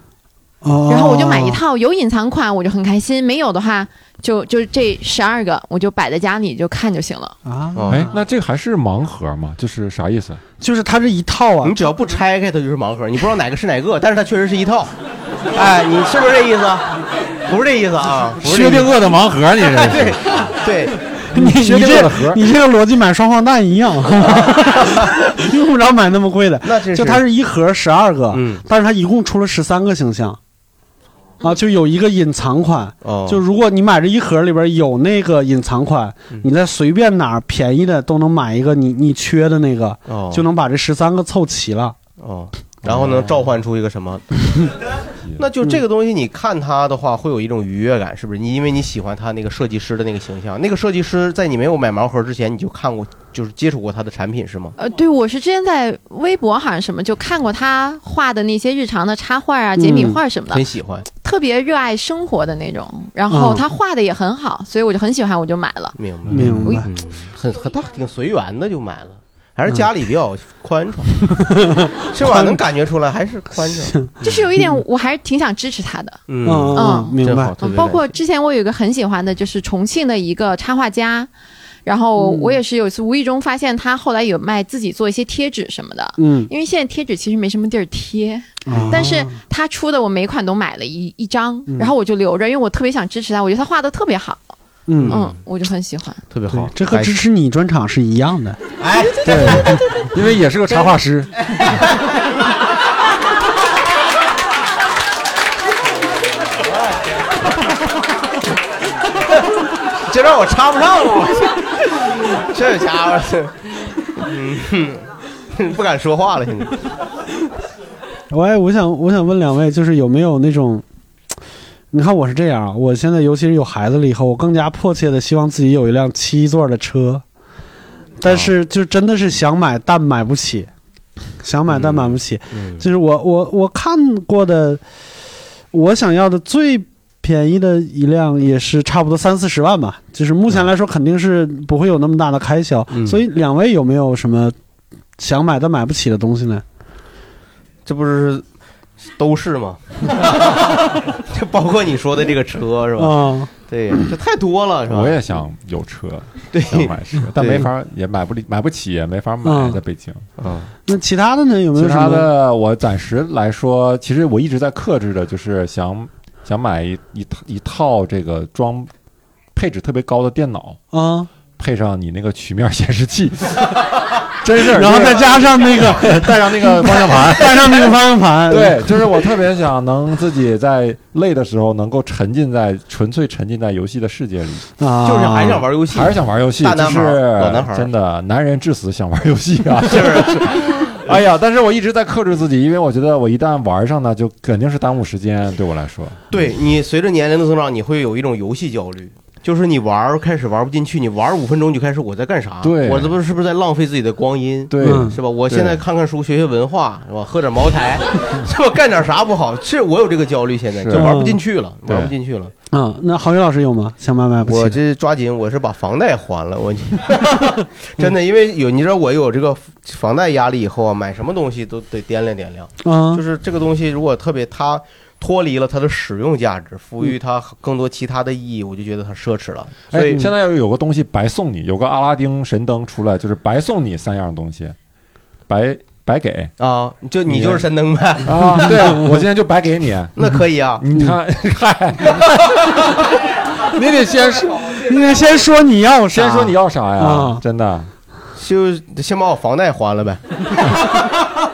哦，
然后我就买一。套，有隐藏款我就很开心，没有的话就就这十二个我就摆在家里就看就行了。
啊
哎，那这个还是盲盒吗？就是啥意思？
就是它这一套啊，
你只要不拆开它就是盲盒，你不知道哪个是哪个，但是它确实是一套。哎，你是不是这意思？不是这意思啊，不是这意思
薛定谔的盲盒你这是
对 对，
你你
薛定谔的盒
这你这个逻辑买双黄蛋一样，用不着买那么贵的。
那真是
就它是一盒十二个，但是它一共出了十三个形象，啊，就有一个隐藏款。
哦
就如果你买这一盒里边有那个隐藏款，你在随便哪儿便宜的都能买一个你你缺的那个，
哦
就能把这十三个凑齐了。
哦，然后
哎
能召唤出一个什 么？那就这个东西，你看它的话，会有一种愉悦感，是不是？你因为你喜欢它那个设计师的那个形象，那个设计师在你没有买盲盒之前，你就看过，就是接触过他的产品，是吗？
呃，对，我是之前在微博好像什么就看过他画的那些日常的插画啊、简笔画什么的，
嗯很喜欢，
特别热爱生活的那种。然后
嗯
他画的也很好，所以我就很喜欢，我就买了。
明白，
明白
嗯，很很他挺随缘的就买了，还是家里比较宽敞， 是吧？
宽
能感觉出来，还是宽敞。
就是有一点，我还是挺想支持他的。
嗯
嗯
嗯
明白
真好特别
包括之前我有一个很喜欢的，就是重庆的一个插画家，然后我也是有一次无意中发现他后来有卖自己做一些贴纸什么的，
嗯
因为现在贴纸其实没什么地儿贴
哦，
但是他出的我每款都买了一一张
嗯，
然后我就留着，因为我特别想支持他，我觉得他画的特别好，
嗯
嗯，我就很喜欢。
特别
好，这和支持你专场是一样的。
哎，
对，
因为也是个插画师。
这让我插不上
啊
了，这家伙是，嗯， 哼不敢说话了，现在。
喂，我想我想问两位，就是有没有那种，你看我是这样啊，我现在尤其是有孩子了以后，我更加迫切的希望自己有一辆七座的车，但是就真的是想买但买不起，想买但买不起，
嗯
就是我我我看过的，我想要的最。便宜的一辆也是差不多三四十万吧，就是目前来说肯定是不会有那么大的开销，
嗯
所以两位有没有什么想买但买不起的东西呢？
这不是都是吗？就包括你说的这个车是吧？
嗯
对，这太多了是吧？
我也想有 车，
对
想买车，但没法，也买不买不起，也没法买，
嗯
在北京。
嗯，
那其他的呢？有没
其
有什
他
么？
的我暂时来说，其实我一直在克制的，就是想想买一一一套这个装配置特别高的电脑
啊，
配上你那个曲面显 示器，真是，
然后再加上那个
带上那个方向盘，
带上那个方向盘
对，就是我特别想能自己在累的时候能够沉浸在纯粹沉浸在游戏的世界里，
啊
就是还是想玩游戏
还是想玩游戏，
大男孩
就是
儿老男孩儿
真的男人至死想玩游戏 啊，是 哎呀，但是我一直在克制自己，因为我觉得我一旦玩上呢，就肯定是耽误时间，对我来说。
对你随着年龄的增长，你会有一种游戏焦虑，就是你玩儿开始玩不进去，你玩儿五分钟就开始我在干啥？
对
我这不是不是在浪费自己的光阴？嗯
对嗯
是吧？我
对
现在看看书，学学文化，是吧？喝点茅 台，是吧？干点啥不好？是我有这个焦虑，现在
是
就玩不进去了，
嗯
对
玩不进去了。
啊，那郝宇老师有吗？想买买不起
我
的，
这抓紧，我是把房贷还了，我 真的，因为有你知道我有这个房贷压力以后啊，买什么东西都得掂量掂量。
啊
就是这个东西如果特别它脱离了它的使用价值，赋予它更多其他的意义，我就觉得它奢侈了。所
哎，
以
现在有个东西白送你，有个阿拉丁神灯出来，就是白送你三样东西，白白给
啊，就你就是神灯呗
啊！对啊，我今天就白给你，
那可以啊，
你看，嗨，你得先说，
你得先说你要啥，嗯
先说你要啥呀
啊？
真的，
就先把我房贷还了呗。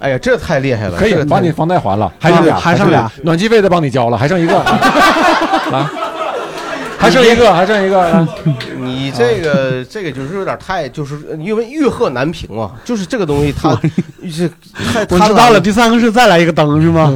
哎呀，这太厉害了！
可以
这个太
把你房贷还了，还剩俩，
啊还剩俩，
暖气费都帮你交了，还剩一个，来，还剩一个，还剩一个，啊来
你这个这个就是有点太，就是呃因为欲壑难平啊，就是这个东西它是太
我
贪
知
婪
哎道了，
了
第三个是再来一个灯是吗？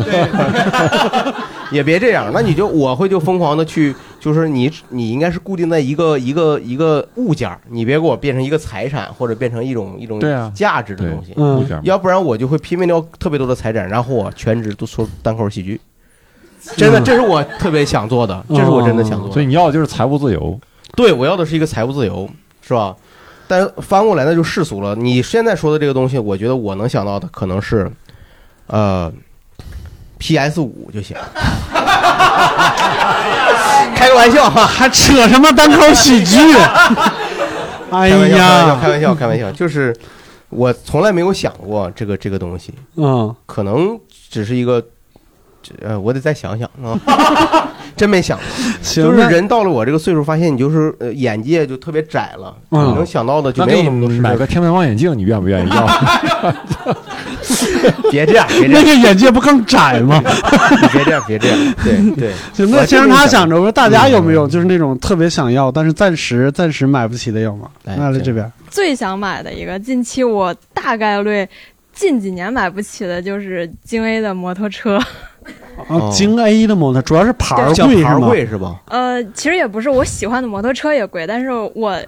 也别这样，那你就我会就疯狂的去，就是你你应该是固定在一个一个一个物件儿，你别给我变成一个财产或者变成一种一种
对啊
价值的东西，
对物件嘛
要不然我就会拼命掉特别多的财产，然后我全职都说单口喜剧，真的，
嗯
这是我特别想做的，这是我真的想做的
所以你要的就是财务自由，
对我要的是一个财务自由，是吧？但翻过来那就世俗了。你现在说的这个东西，我觉得我能想到的可能是，呃，PS 五就行。 开个玩笑啊 哈，
还扯什么单口喜剧？哎呀，
开玩笑，开玩笑，开玩笑，就是我从来没有想过这个这个东西，
嗯，
可能只是一个，这呃，我得再想想啊， 真没想过。
行
就是
那
人到了我这个岁数，发现你就是呃眼界就特别窄了，你
嗯
能想到的就
那
没有
给
那么
你买个天文望远镜，你愿不愿意要？
别这样， 别这
那
样，
个眼界不更窄 吗？
别这样，别 这样，对对。
行，
我
那
还
先让
真没
他
想
想
嗯
着，我说大家有没有就是那种特别想要，但是暂时暂时买不起的有吗？
来
那来这边，
最想买的一个，近期我大概率近几年买不起的就是京 A 的摩托车。
啊，京 A 的摩托主要是牌儿
哦叫
贵
牌
是
儿
吗？
贵是吧？
呃，其实也不是我喜欢的摩托车也贵，但是我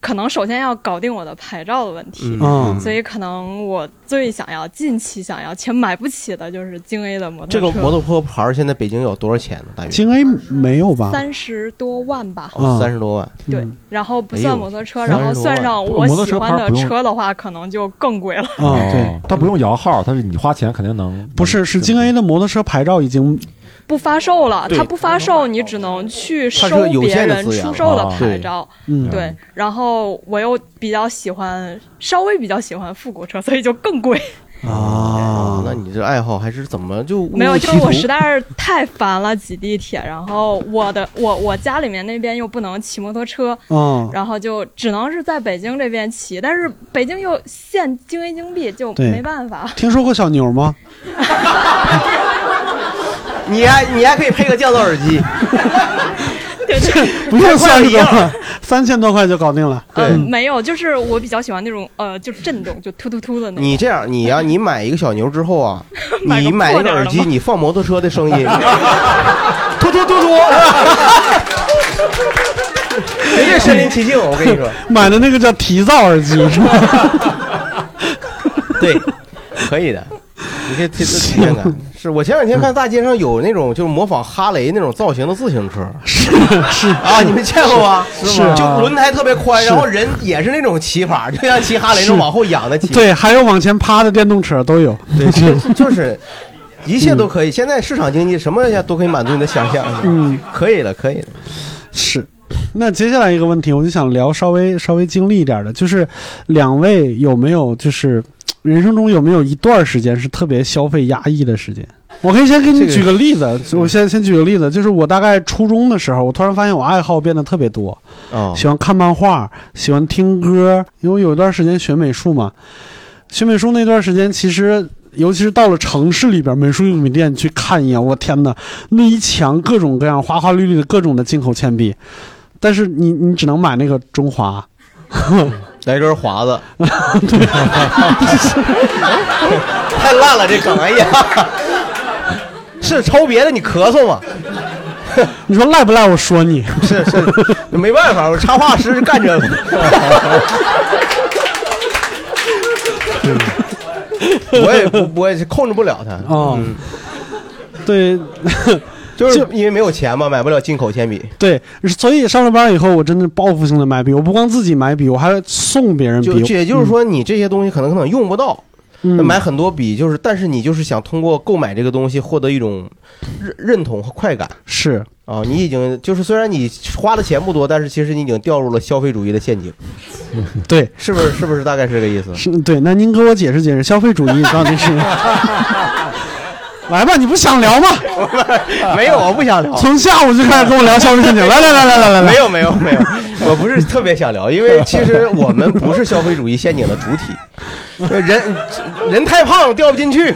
可能首先要搞定我的牌照的问题，
嗯
所以可能我最想要、近期想要且买不起的就是京 A 的摩托
这
车。
个摩托车牌儿现在北京有多少钱呢？大约
京 A 没有吧？啊
三十多万吧，
哦三十多万。
对，然后不
哎
算
呦
摩托车，
30
然后算
多万
上
不
我
摩托
喜
车牌
欢
儿
的
不用
车的话，可能就更贵了。
哦
啊，对，
哦他不用摇号，他是你花钱肯定能。
不是，是京 A 的摩托车牌照已经
不发售了，
对
它不发售，你只能去收
它是有
别
限的
人
资源
出售的
啊
牌照。
对嗯
对。然后我又比较喜欢，稍微比较喜欢复古车，所以就 更贵。
啊，那你这爱好还是怎么就误入
没有，就
歧
是我
途
实在是太烦了，挤地铁。然后我的我我家里面那边又不能骑摩托车，
嗯
然后就只能是在北京这边骑，但是北京又限京 A 京 B，就
对
没办法。
听说过小牛吗？
你还你还可以配个降噪耳 机，
不用三十多
快快一
块，三千多块就搞定了。
呃，没有，就是我比较喜欢那种呃，就是震动，就突突突的那种。
你这样，你呀、你买一个小牛之后啊，你买一个耳机，你放摩托车的声音，突突突突，绝对身临其境。我跟你说，
买的那个叫提噪耳机是吧？
对，可以的。你这这这体验感是我前两天看大街上有那种就是模仿哈雷那种造型的自行车，
是是
啊，你们见过吗？
是吗
就轮胎特别宽，
是
然后人也是那种骑法，就像骑哈雷那种
是
往后仰的骑。
对，还有往前趴的电动车都有。
对， 是就是一切都可以。现在市场经济什么都可以满足你的想象。
嗯，
可以了，可以了。
是。那接下来一个问题，我就想聊稍微稍微经历一点的，就是两位有没有就是人生中有没有一段时间是特别消费压抑的时间？我可以先给你
这个嗯
举个例子，我先先举个例子，就是我大概初中的时候，我突然发现我爱好变得特别多，
哦
喜欢看漫画，喜欢听歌，因为我有一段时间学美术嘛，学美术那段时间其实。尤其是到了城市里边，美术用品店去看一眼，我天哪，那一墙各种各样花花绿绿的各种的进口铅笔，但是你你只能买那个中华，
来根华子， 太烂了这梗，哎呀，是抽别的你咳嗽嘛？
你说赖不赖？我说你
是是，没办 法，我插画师干这 个。我也不，我也是控制不了他。
哦
嗯，
对，
就是因为没有钱嘛，买不了进口铅笔。
对，所以上了班以后，我真的报复性的买笔，我不光自己买笔，我还送别人
就
笔。
这也就是说，你这些东西可能可能用不到。
嗯
那买很多笔，就是，但是你就是想通过购买这个东西获得一种认认同和快感。
是
啊，你已经就是虽然你花的钱不多，但是其实你已经掉入了消费主义的 陷阱。
对，
是不是？是不是大概是这个意 思？
是对，那您给我解释解释消费主义到底 是？来吧，你不想聊吗？
没有，我不想聊。
从下午就开始跟我聊消费陷阱来来来来来来来
没有没有没有，我不是特别想聊，因为其实我们不是消费主义陷阱的主 体，人人 太胖了掉不进去，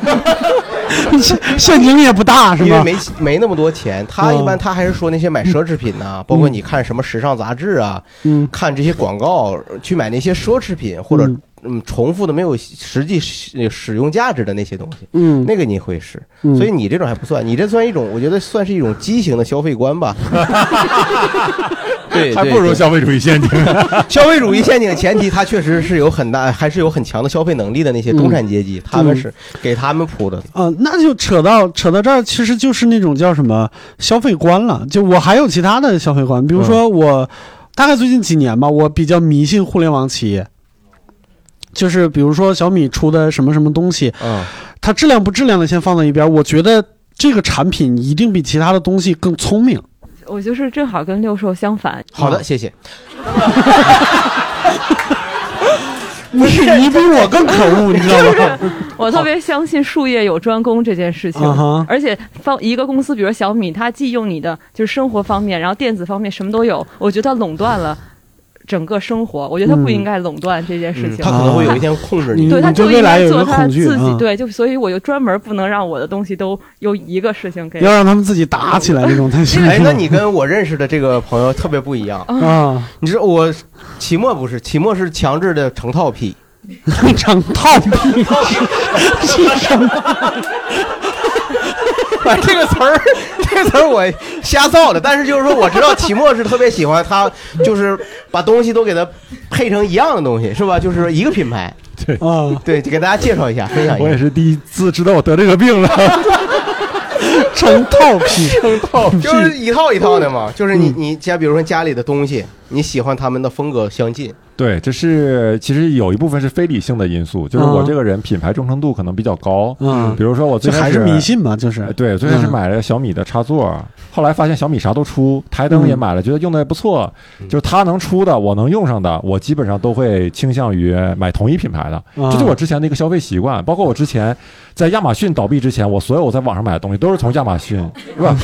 陷阱也不大是吧
因为没没那么多钱，他一般
嗯
他还是说那些买奢侈品呐、包括你看什么时尚杂志啊，
嗯
看这些广告去买那些奢侈品或者
嗯
嗯重复的没有实际使使用价值的那些东西，
嗯
那个你会是，
嗯
所以你这种还不算，你这算一种，我觉得算是一种畸形的消费 观吧。对，
还
对
不如
对
消费主义陷阱。
消费主义陷阱前提，它确实是有很大，还是有很强的消费能力的那些中产阶级，他们是给他们铺的。
嗯、那就扯到扯到这儿，其实就是那种叫什么消费观了。就我还有其他的消费观，比如
嗯
说我、大概最近几年吧，我比较迷信互联网企业，就是比如说小米出的什么什么东西，
嗯，
它质量不质量的先放到一边儿，我觉得这个产品一定比其他的东西更聪明。啊
我就是正好跟六兽相反。
好
嗯
的，谢谢。
你你比我更可恶，你知道 吗？
我特别相信术业有专攻这件事情
嗯
啊哈，
而且方一个公司，比如小米，它既用你的就是生活方面，然后电子方面什么都有，我觉得它垄断了整个生活，我觉得它不
嗯
应该垄断这件事情。
他可
嗯
能会有一天控制你。
对，它就
对未
应
来
该
有一
做
个
它
恐惧
自己
嗯
对，就所以我就专门不能让我的东西都由一个事情给
要让他们自己打起来那种，太辛苦了。
哎，那你跟我认识的这个朋友特别不一样
啊！
你知道我期末不是期末是强制的成套批，
成套批是什么？
把这个词儿， 这个词儿我瞎造的，但是就是说，我知道齐墨是特别喜欢他，就是把东西都给他配成一样的东西，是吧？就是一个品牌。
对
啊，
对，给大家介绍一下，分享一下。
我也是第一次知道我得这个病了，
成套批，
成套就是一套一套的
嗯
嘛。就是你你家，比如说家里的东西，你喜欢他们的风格相近，
对，这是其实有一部分是非理性的因素，就是我这个人品牌忠诚度可能比较高。
哦嗯
比如说我最
这
开
还
始
是迷信嘛，就是
呃对，最开始
嗯
买了小米的插座，后来发现小米啥都出，台灯也
嗯
买了，觉得用的也不错，就是它能出的，我能用上的，我基本上都会倾向于买同一品牌的，
啊
这就是我之前的一个消费习惯。包括我之前在亚马逊倒闭之前，我所有我在网上买的东西都是从亚马逊， 是吧？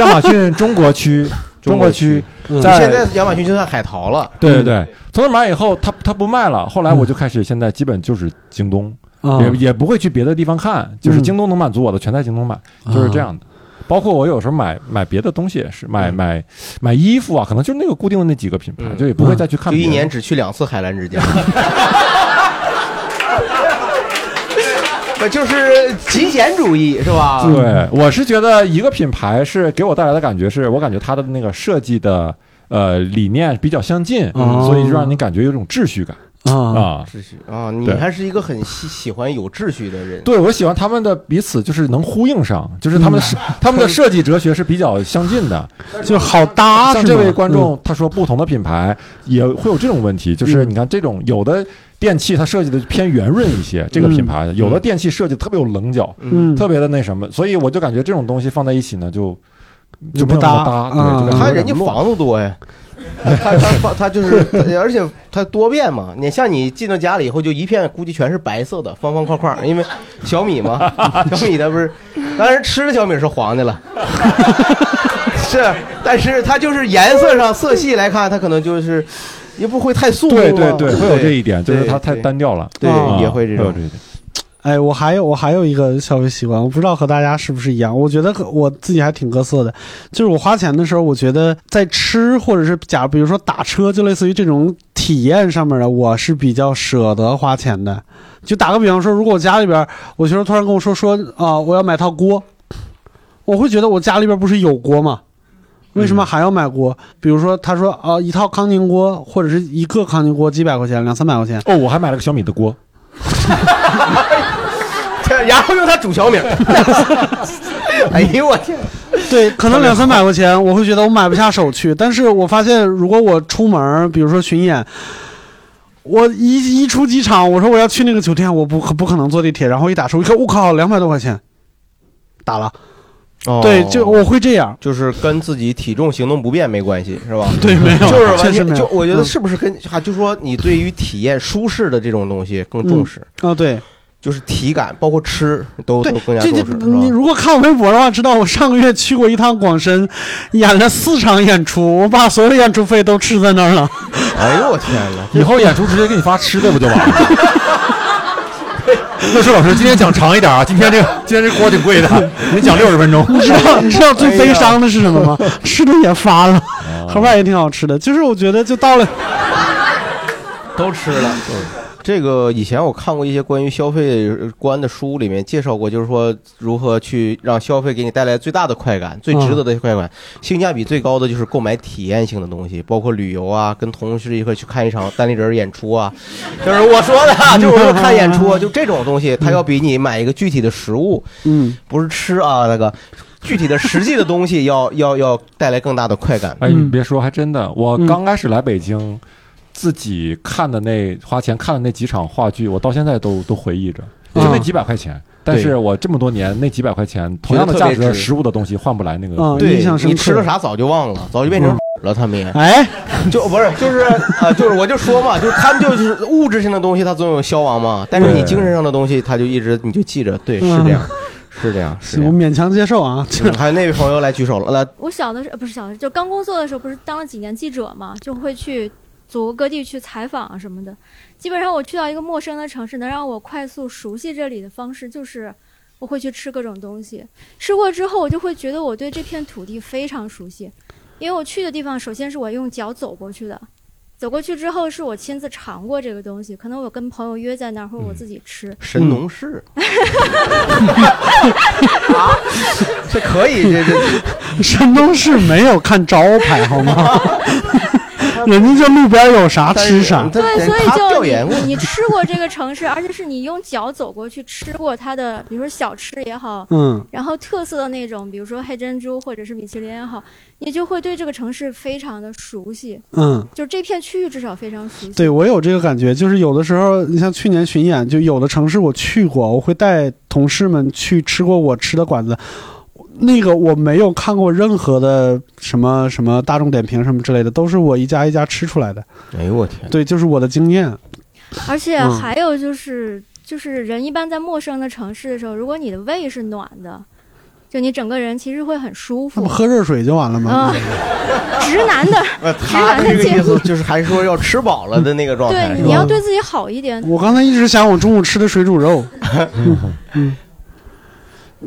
亚马逊中国区，中国区，
嗯
在
现在亚马逊就算海淘了。
对对对，从那买以后，他他不卖了。后来我就开始，现在基本就是京东，
啊
也也不会去别的地方看，就是京东能满足我的，全在京东买，就是这样的。包括我有时候买买别的东西也是，买买买衣服啊，可能就那个固定的那几个品牌，就也不会再去看
嗯就
别的。
一年只去两次海 澜之家。不就是极简主义是吧？
对，我是觉得一个品牌是给我带来的感觉是，我感觉它的那个设计的呃理念比较相近，
哦
所以就让你感觉有种秩序感啊
秩序啊，你
对
还是一个很喜喜欢有秩序的人。
对，我喜欢他们的彼此就是能呼应上，就是他们的设、他 们的设计哲学是比较相近 的，
就好搭
像
是
这
吗
位观众
嗯
他说，不同的品牌也会有这种问题，就是你看这种有的电器它设计的偏圆润一些，这个品牌的
嗯
有的电器设计特别有棱角，
嗯
特别的那什么，所以我就感觉这种东西放在一起呢，就
就不
没有那么
搭
对就感觉
看
有
人
点
家
乱
房子多呀。他他他他就是，而且他多变嘛。你像你进到家里以后，就一片估计全是白色的方方框框，因为小米嘛， 小米的不是，当然吃的小米是黄的了， 是，但是它就是颜色上色系来看，它可能就是也不会太素
对
对
对对，会有这一点，就是它太单调了，
对
啊
也会这种
有这一点。
哎，我还有我还有一个消费习惯，我不知道和大家是不是一样。我觉得和我自己还挺各色的，就是我花钱的时候，我觉得在吃或者是假比如说打车，就类似于这种体验上面的，我是比较舍得花钱的。就打个比方说，如果我家里边我媳妇突然跟我说说啊、我要买套锅，我会觉得我家里边不是有锅吗？为
嗯
什么还要买锅？比如说，他说啊、一套康宁锅或者是一个康宁锅几百块钱，两三百块钱。
哦，我还买了个小米的锅。
然后用它 煮小米。 哎呦我天！
对，可能两三百块钱，我会觉得我买不下手去。但是我发现，如果我出门，比如说巡演，我一一出机场，我说我要去那个酒店，我不可不可能坐地铁，然后一打车，我一看，我靠，两百多块钱，打了。
哦
对，就我会这样。
就是跟自己体重、行动不便没关系，是吧？
对没有
就是完
确实没有
全就我觉得
嗯
是不是跟啊，就说你对于体验舒适的这种东西更重视
啊？对，
就是体感，包括吃都
对
都更，加
这
重
就
视，
你
是吧？
如果看我微博的话，知道我上个月去过一趟广深，演了四场演出，我把所有演出费都吃在那儿了。
哎呦我天哪！
以后演出直接给你发吃的不就完了？ 乐师老师，今天讲长一点啊！今天这个今天这锅挺贵 的，你讲六十分钟。哎
你 知 道你知道最悲伤的是什么吗？吃的也发了
哦，
盒饭也挺好吃的。就是我觉得就到了，
都吃了。这个以前我看过一些关于消费观的书，里面介绍过，就是说如何去让消费给你带来最大的快感、最值得的快感，性价比最高的就是购买体验性的东西，包括旅游啊，跟同事一块去看一场单立人演出啊，就是我说的啊，就是我说看演出啊，就这种东西，它要比你买一个具体的食物，
嗯，
不是吃啊那个。具体的实际的东西要要要带来更大的快感。
哎，嗯你别说，还真的，我刚开始来北京，自己看的那花钱看的那几场话剧，我到现在都都回忆着，就那几百块钱。但是我这么多年，那几百块钱同样的价
觉得特
值，
别值
食物的东西换不来那个。
对，你吃了啥早就忘了，早就变成
嗯
了他们也。
哎，
就不是就是啊，就是我就说嘛，就是他们就是物质性的东西，它总有消亡嘛，但是你
对嗯
精神上的东西，他就一直你就记着，对，是这样，是这样，是这
我
样。
勉强接受啊。
嗯还有那位朋友来举手了，来，
我小的时候呃不是小的时候，就刚工作的时候，不是当了几年记者嘛，就会去祖国各地去采访啊什么的。基本上我去到一个陌生的城市，能让我快速熟悉这里的方式就是。我会去吃各种东西，吃过之后，我就会觉得我对这片土地非常熟悉，因为我去的地方，首先是我用脚走过去的，走过去之后是我亲自尝过这个东西，可能我跟朋友约在那儿，或者我自己吃。
嗯神农氏，啊，这可以，这这
山东市没有看招牌好吗？人家这路边有啥啊吃啥。
对，所以
他
就
调
你
研过
你你吃过这个城市，而且是你用脚走过去吃过它的，比如说小吃也好，
嗯
然后特色的那种，比如说黑珍珠或者是米其林也好，你就会对这个城市非常的熟悉，
嗯
就这片区域至少非常熟悉。
对我有这个感觉，就是有的时候，你像去年巡演，就有的城市我去过，我会带同事们去吃过我吃的馆子。那个我没有看过任何的什么什么大众点评什么之类的，都是我一家一家吃出来的。
哎呦我天！
对，就是我的经验。
而且
嗯
还有就是，就是人一般在陌生的城市的时候，如果你的胃是暖的，就你整个人其实会很舒
那
服
不。喝热水就完了吗？
嗯，直男的
呃，
直
他
男
这
的
个意
建
思
议，
就是还是说要吃饱了的那个状态，
对，你要对自己好一点。
我刚才一直想我中午吃的水煮 肉。嗯嗯，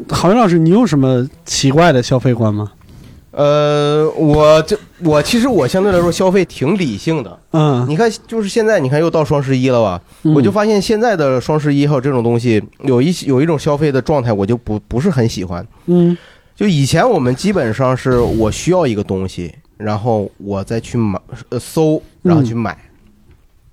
郝云老师，你有什么奇怪的消费观吗？
呃，我这我其实我相对来说消费挺理性的。
嗯，
你看，就是现在你看又到双十一了吧？
嗯
我就发现现在的双十一还有这种东西，有一有一种消费的状态，我就不不是很喜欢。
嗯
就以前我们基本上是我需
嗯
要一个东西，然后我再去买呃搜，然后去买。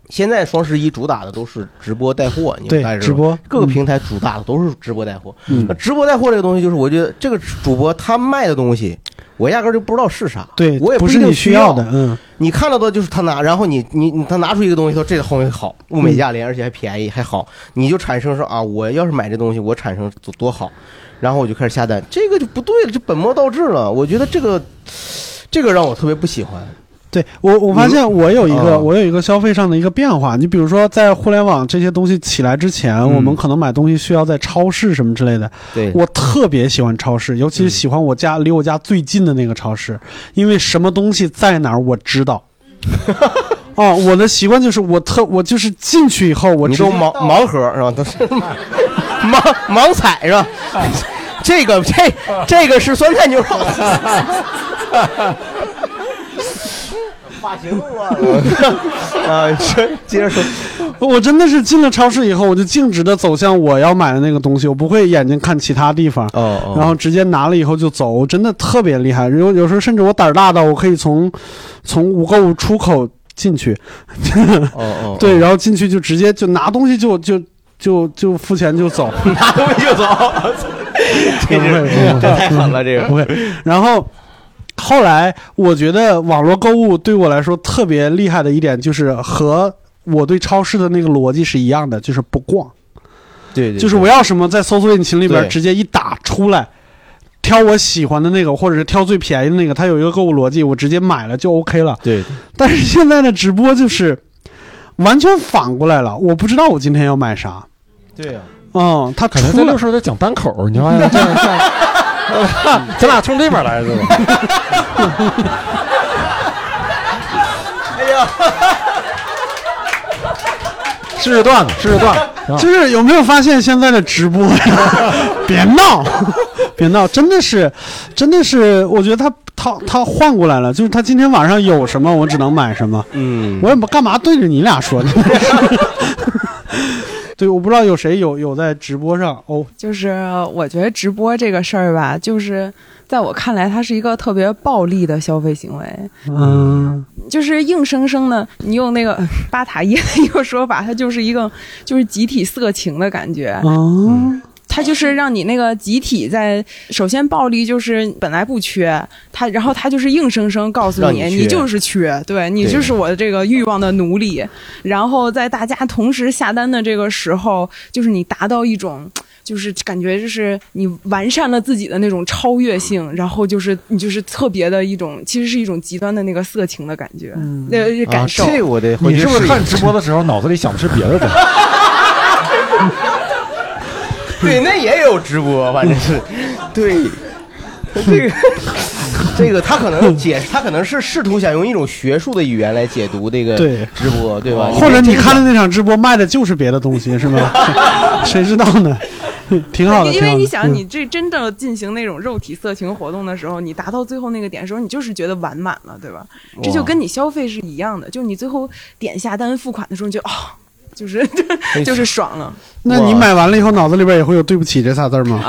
现在双十一主打的都是直播带货，你
对
们看是吧
直播
各个平台主打的都是直播带货。
嗯
那直播带货这个东西，就是我觉得这个主播他卖的东西，我压根儿就哎不知道是啥，
对，
我也
不
一
是
定
你
需
需
要
的，嗯，
你看到的就是他拿，然后你你你他拿出一个东西说这个东西好，物美价廉，而且还便宜还好，你就产生说啊，我要是买这东西，我产生多多好，然后我就开始下单，这个就不对了，这本末倒置了。我觉得这个这个让我特别不喜欢。
对我，我发现我有一个、
啊
我有一个消费上的一个变化。你比如说，在互联网这些东西起来之前，我们可能买东西需要在超市什么之类的。
对
我特别喜欢超市，尤其是喜欢我家、离我家最近的那个超市，因为什么东西在哪儿我知道。哦，我的习惯就是我特我就是进去以后我
你
知
都盲盲盒是吧？都是盲盲踩 是吧？这个这 这个是酸菜 牛肉。发型 啊，接着 说，
我真的是进了超市以后，我就径直的走向我要买的那个东西，我不会眼睛看其他地方，
哦
然后直接拿了以后就走，真的特别厉害。有有时候甚至我胆儿大到我可以从从无购物出口进去，
哦哦
对，然后进去就直接就拿东西就就就就付钱就走，
拿东西就走，这 是这太狠了，这个
不会。然后后来，我觉得网络购物对我来说特别厉害的一点，就是和我对超市的那个逻辑是一样的，就是不逛，
对
就是我要什么在搜索引擎里边
对
直接一打出来。挑我喜欢的那个，或者是挑最便宜的那个，它有一个购物逻辑，我直接买了就 OK 了。
对，
但是现在的直播就是完全反过来了，我不知道我今天要买啥。
对 呀、
嗯，他
感觉
出
咱
来
六叔在讲单口，你发现这样 像，咱俩 冲这边来是吧？
嗯
哎呀，
试试段子，试试段子。
就是有没有发现现在的直播呀？ 别闹，别闹，真的是，真的是，我觉得他他他换过来了，就是他今天晚上有什么，我只能买什么。
嗯，
我也不干嘛对着你俩说 呢。对，我不知道有谁有有在直播上哦，
就是我觉得直播这个事儿吧，就是在我看来，它是一个特别暴力的消费行为。
嗯，
就是硬生生的，你用那个呃巴塔耶的一个说法，它就是一个就是集体色情的感觉。
哦，
嗯
它就是让你那个集体在，首先暴力就是本来不缺，它然后它就是硬生生告诉
让
你，
你缺
你就是缺，对你
对
就是我的这个欲望的奴隶。然后在大家同时下单的这个时候，就是你达到一种。就是感觉就是你完善了自己的那种超越性，然后就是你就是特别的一种，其实是一种极端的那个色情的感觉，
嗯
呃那、感受。
啊这我得回
你
去
是不
试
是
一
看
试
直播的时候脑子里想的是别的东西？
对，那也有直播，反正是， 对，这个，这个他可 能解，他可能是试图想用一种学术的语言来解读这个
对
直播，对哦吧？
或者你看
的
的那场直播卖的就是别的东西，是吗？ 谁知道呢？挺好的，
因为你
挺好的
想，
嗯
你这真的进行那种肉体色情活动的时候，你达到最后那个点的时候，你就是觉得完满了，对吧？
哇
这就跟你消费是一样的，就你最后点下单付款的时候，你就哦，就是
哎
就是爽了。
那你买完了以后，脑子里边也会有对不起这仨字儿吗？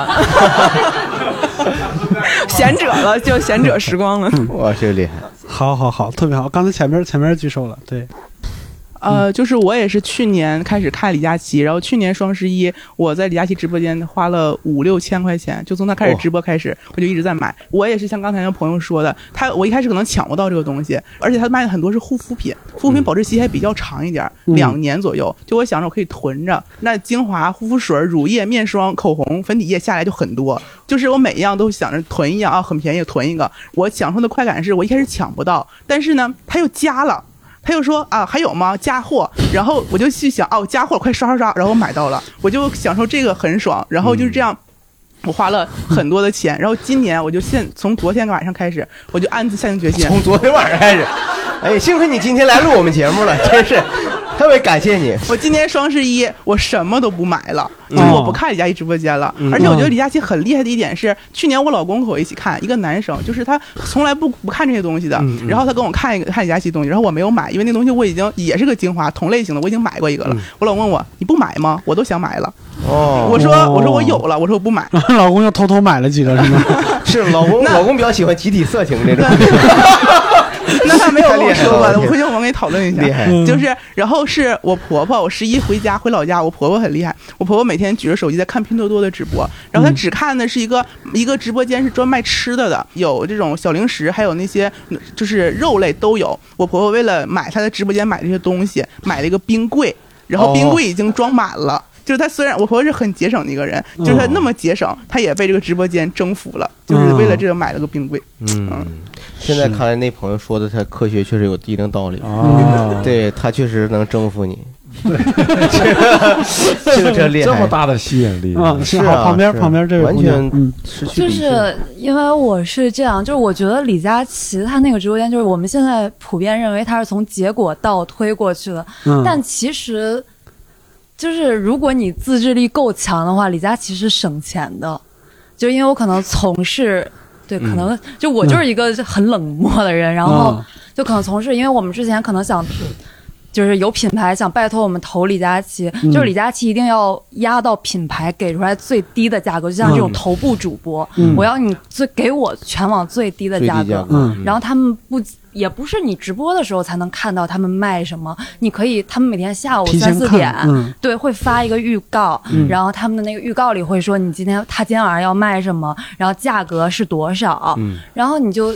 贤者了，就贤者时光了。
哇，这个厉害！
好好好，特别好。刚才前面前面举手了，对，
呃，就是我也是去年开始看李佳琦，然后去年双十一我在李佳琦直播间花了五六千块钱，就从他开始直播开始，我就一直在买。我也是像刚才那朋友说的，他我一开始可能抢不到这个东西，而且他卖的很多是护肤品，护肤品保质期还比较长一点，
嗯
两年左右。就我想着我可以囤着，那精华、护肤水、乳液、面霜、口红、粉底液下来就很多，就是我每一样都想着囤一样啊，很便宜囤一个。我享受的快感是我一开始抢不到，但是呢，他又加了。他又说啊，还有吗？加货，然后我就去想，哦，加货，快刷刷刷，然后买到了，我就享受这个很爽，然后就是这样。我花了很多的钱，然后今年我就现从昨天晚上开始，我就暗自下定决心。
从昨天晚上开始，哎，幸亏你今天来录我们节目了，真是特别感谢你。
我今年双十一我什么都不买了，
嗯
就是我不看李佳琦直播间了。
嗯
而且我觉得李佳琦很厉害的一点是，去年我老公和我一起看，一个男生，就是他从来不不看这些东西的。
嗯嗯
然后他跟我看一个看李佳琦东西，然后我没有买，因为那东西我已经也是个精华同类型的，我已经买过一个了。
嗯
我老公问我你不买吗？我都想买了。
哦
我说我说我有了，我说我不买。
然 后老公又偷偷买了几个，是吗？
是老公，老公比较喜欢集体色情这种。
那他没有跟我说过
太
的，
厉害了
我回去我们给你讨论一下。
厉害嗯
就是，然后是我婆婆，我十一回家回老家，我婆婆很厉害，我婆婆每天举着手机在看拼多多的直播，然后她只看的是一个一个直播间是专卖吃的的，有这种小零食，还有那些嗯就是肉类都有。我婆婆为了买她的直播间买这些东西，买了一个冰柜，然
哦
后冰柜已经装满了。就是她虽然我婆婆是很节省的一个人，就是
哦
她那么节省，她也被这个直播间征服了，就是为了这个买了个冰柜。
嗯，现在看来那朋友说的，他科学确实有一定道理
啊
对他确实能征服你。这个真厉害，
这么大的吸引力
啊
是
是好
啊，
旁边
是
旁边这位
完
姑娘嗯
全失去
就
理智
是因为我是这样，就是我觉得李佳琦他那个直播间，就是我们现在普遍认为他是从结果倒推过去的，
嗯
但其实就是如果你自制力够强的话，李佳琦是省钱的，就因为我可能从事。对，可能
嗯
就我就是一个很冷漠的人，然后就可能从事，因为我们之前可能想，就是有品牌想拜托我们投李佳琦，
嗯
就是李佳琦一定要压到品牌给出来最低的价格，就像这种
嗯
头部主播，
嗯
我要你最给我全网最低的
最
价
低价
格
格，嗯
然后他们不也不是你直播的时候才能看到他们卖什么，你可以他们每天下午
提前
三四
看
点，
嗯
对，会发一个预告，
嗯
然后他们的那个预告里会说你今天他今天晚上要卖什么，然后价格是多少，
嗯
然后你就。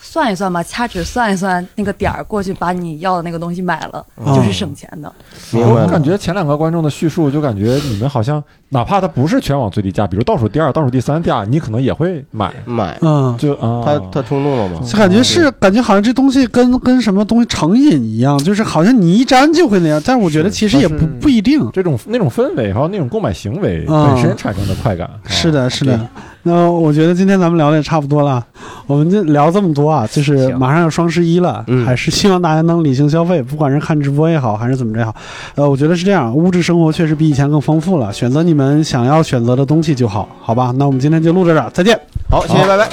算一算吧，掐指算一算那个点儿，过去把你要的那个东西买了，
哦
就是省钱的。
明白了
我感觉前两个观众的叙述，就感觉你们好像，哪怕它不是全网最低价，比如倒数第二、倒数第三价，你可能也会买
买。
嗯，
就啊，
他他冲动了吗？
就感觉是感觉好像这东西跟跟什么东西成瘾一样，就是好像你一沾就会那样，但是我觉得其实也不不一定。
这种那种氛围，还有那种购买行为
啊
本身产生的快感。
是的，是的。那我觉得今天咱们聊的也差不多了，我们就聊这么多啊，就是马上要双十一了，还是希望大家能理性消费，不管是看直播也好，还是怎么着也好。呃，我觉得是这样，物质生活确实比以前更丰富了，选择你们想要选择的东西就好，好吧？那我们今天就录到这儿，再见。
好，谢谢，拜拜。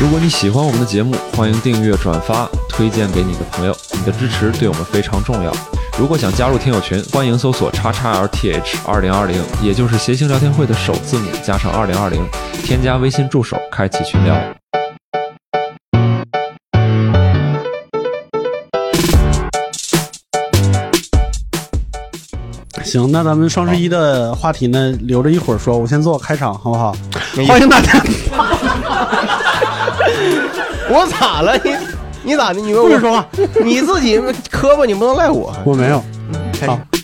如果你喜欢我们的节目，欢迎订阅、转发、推荐给你的朋友，你的支持对我们非常重要。如果想加入听友群，欢迎搜索叉叉 LTH 二零二零，也就是谐星聊天会的首字母加上二零二零，添加微信助手，开启群聊。
行，那咱们双十一的话题呢，留着一会儿说，我先做个开场，好不好？欢迎大家。
我咋了？你你咋的？你问
不
我
许说话，
你自己磕巴，你不能赖我。
我没有。
开始。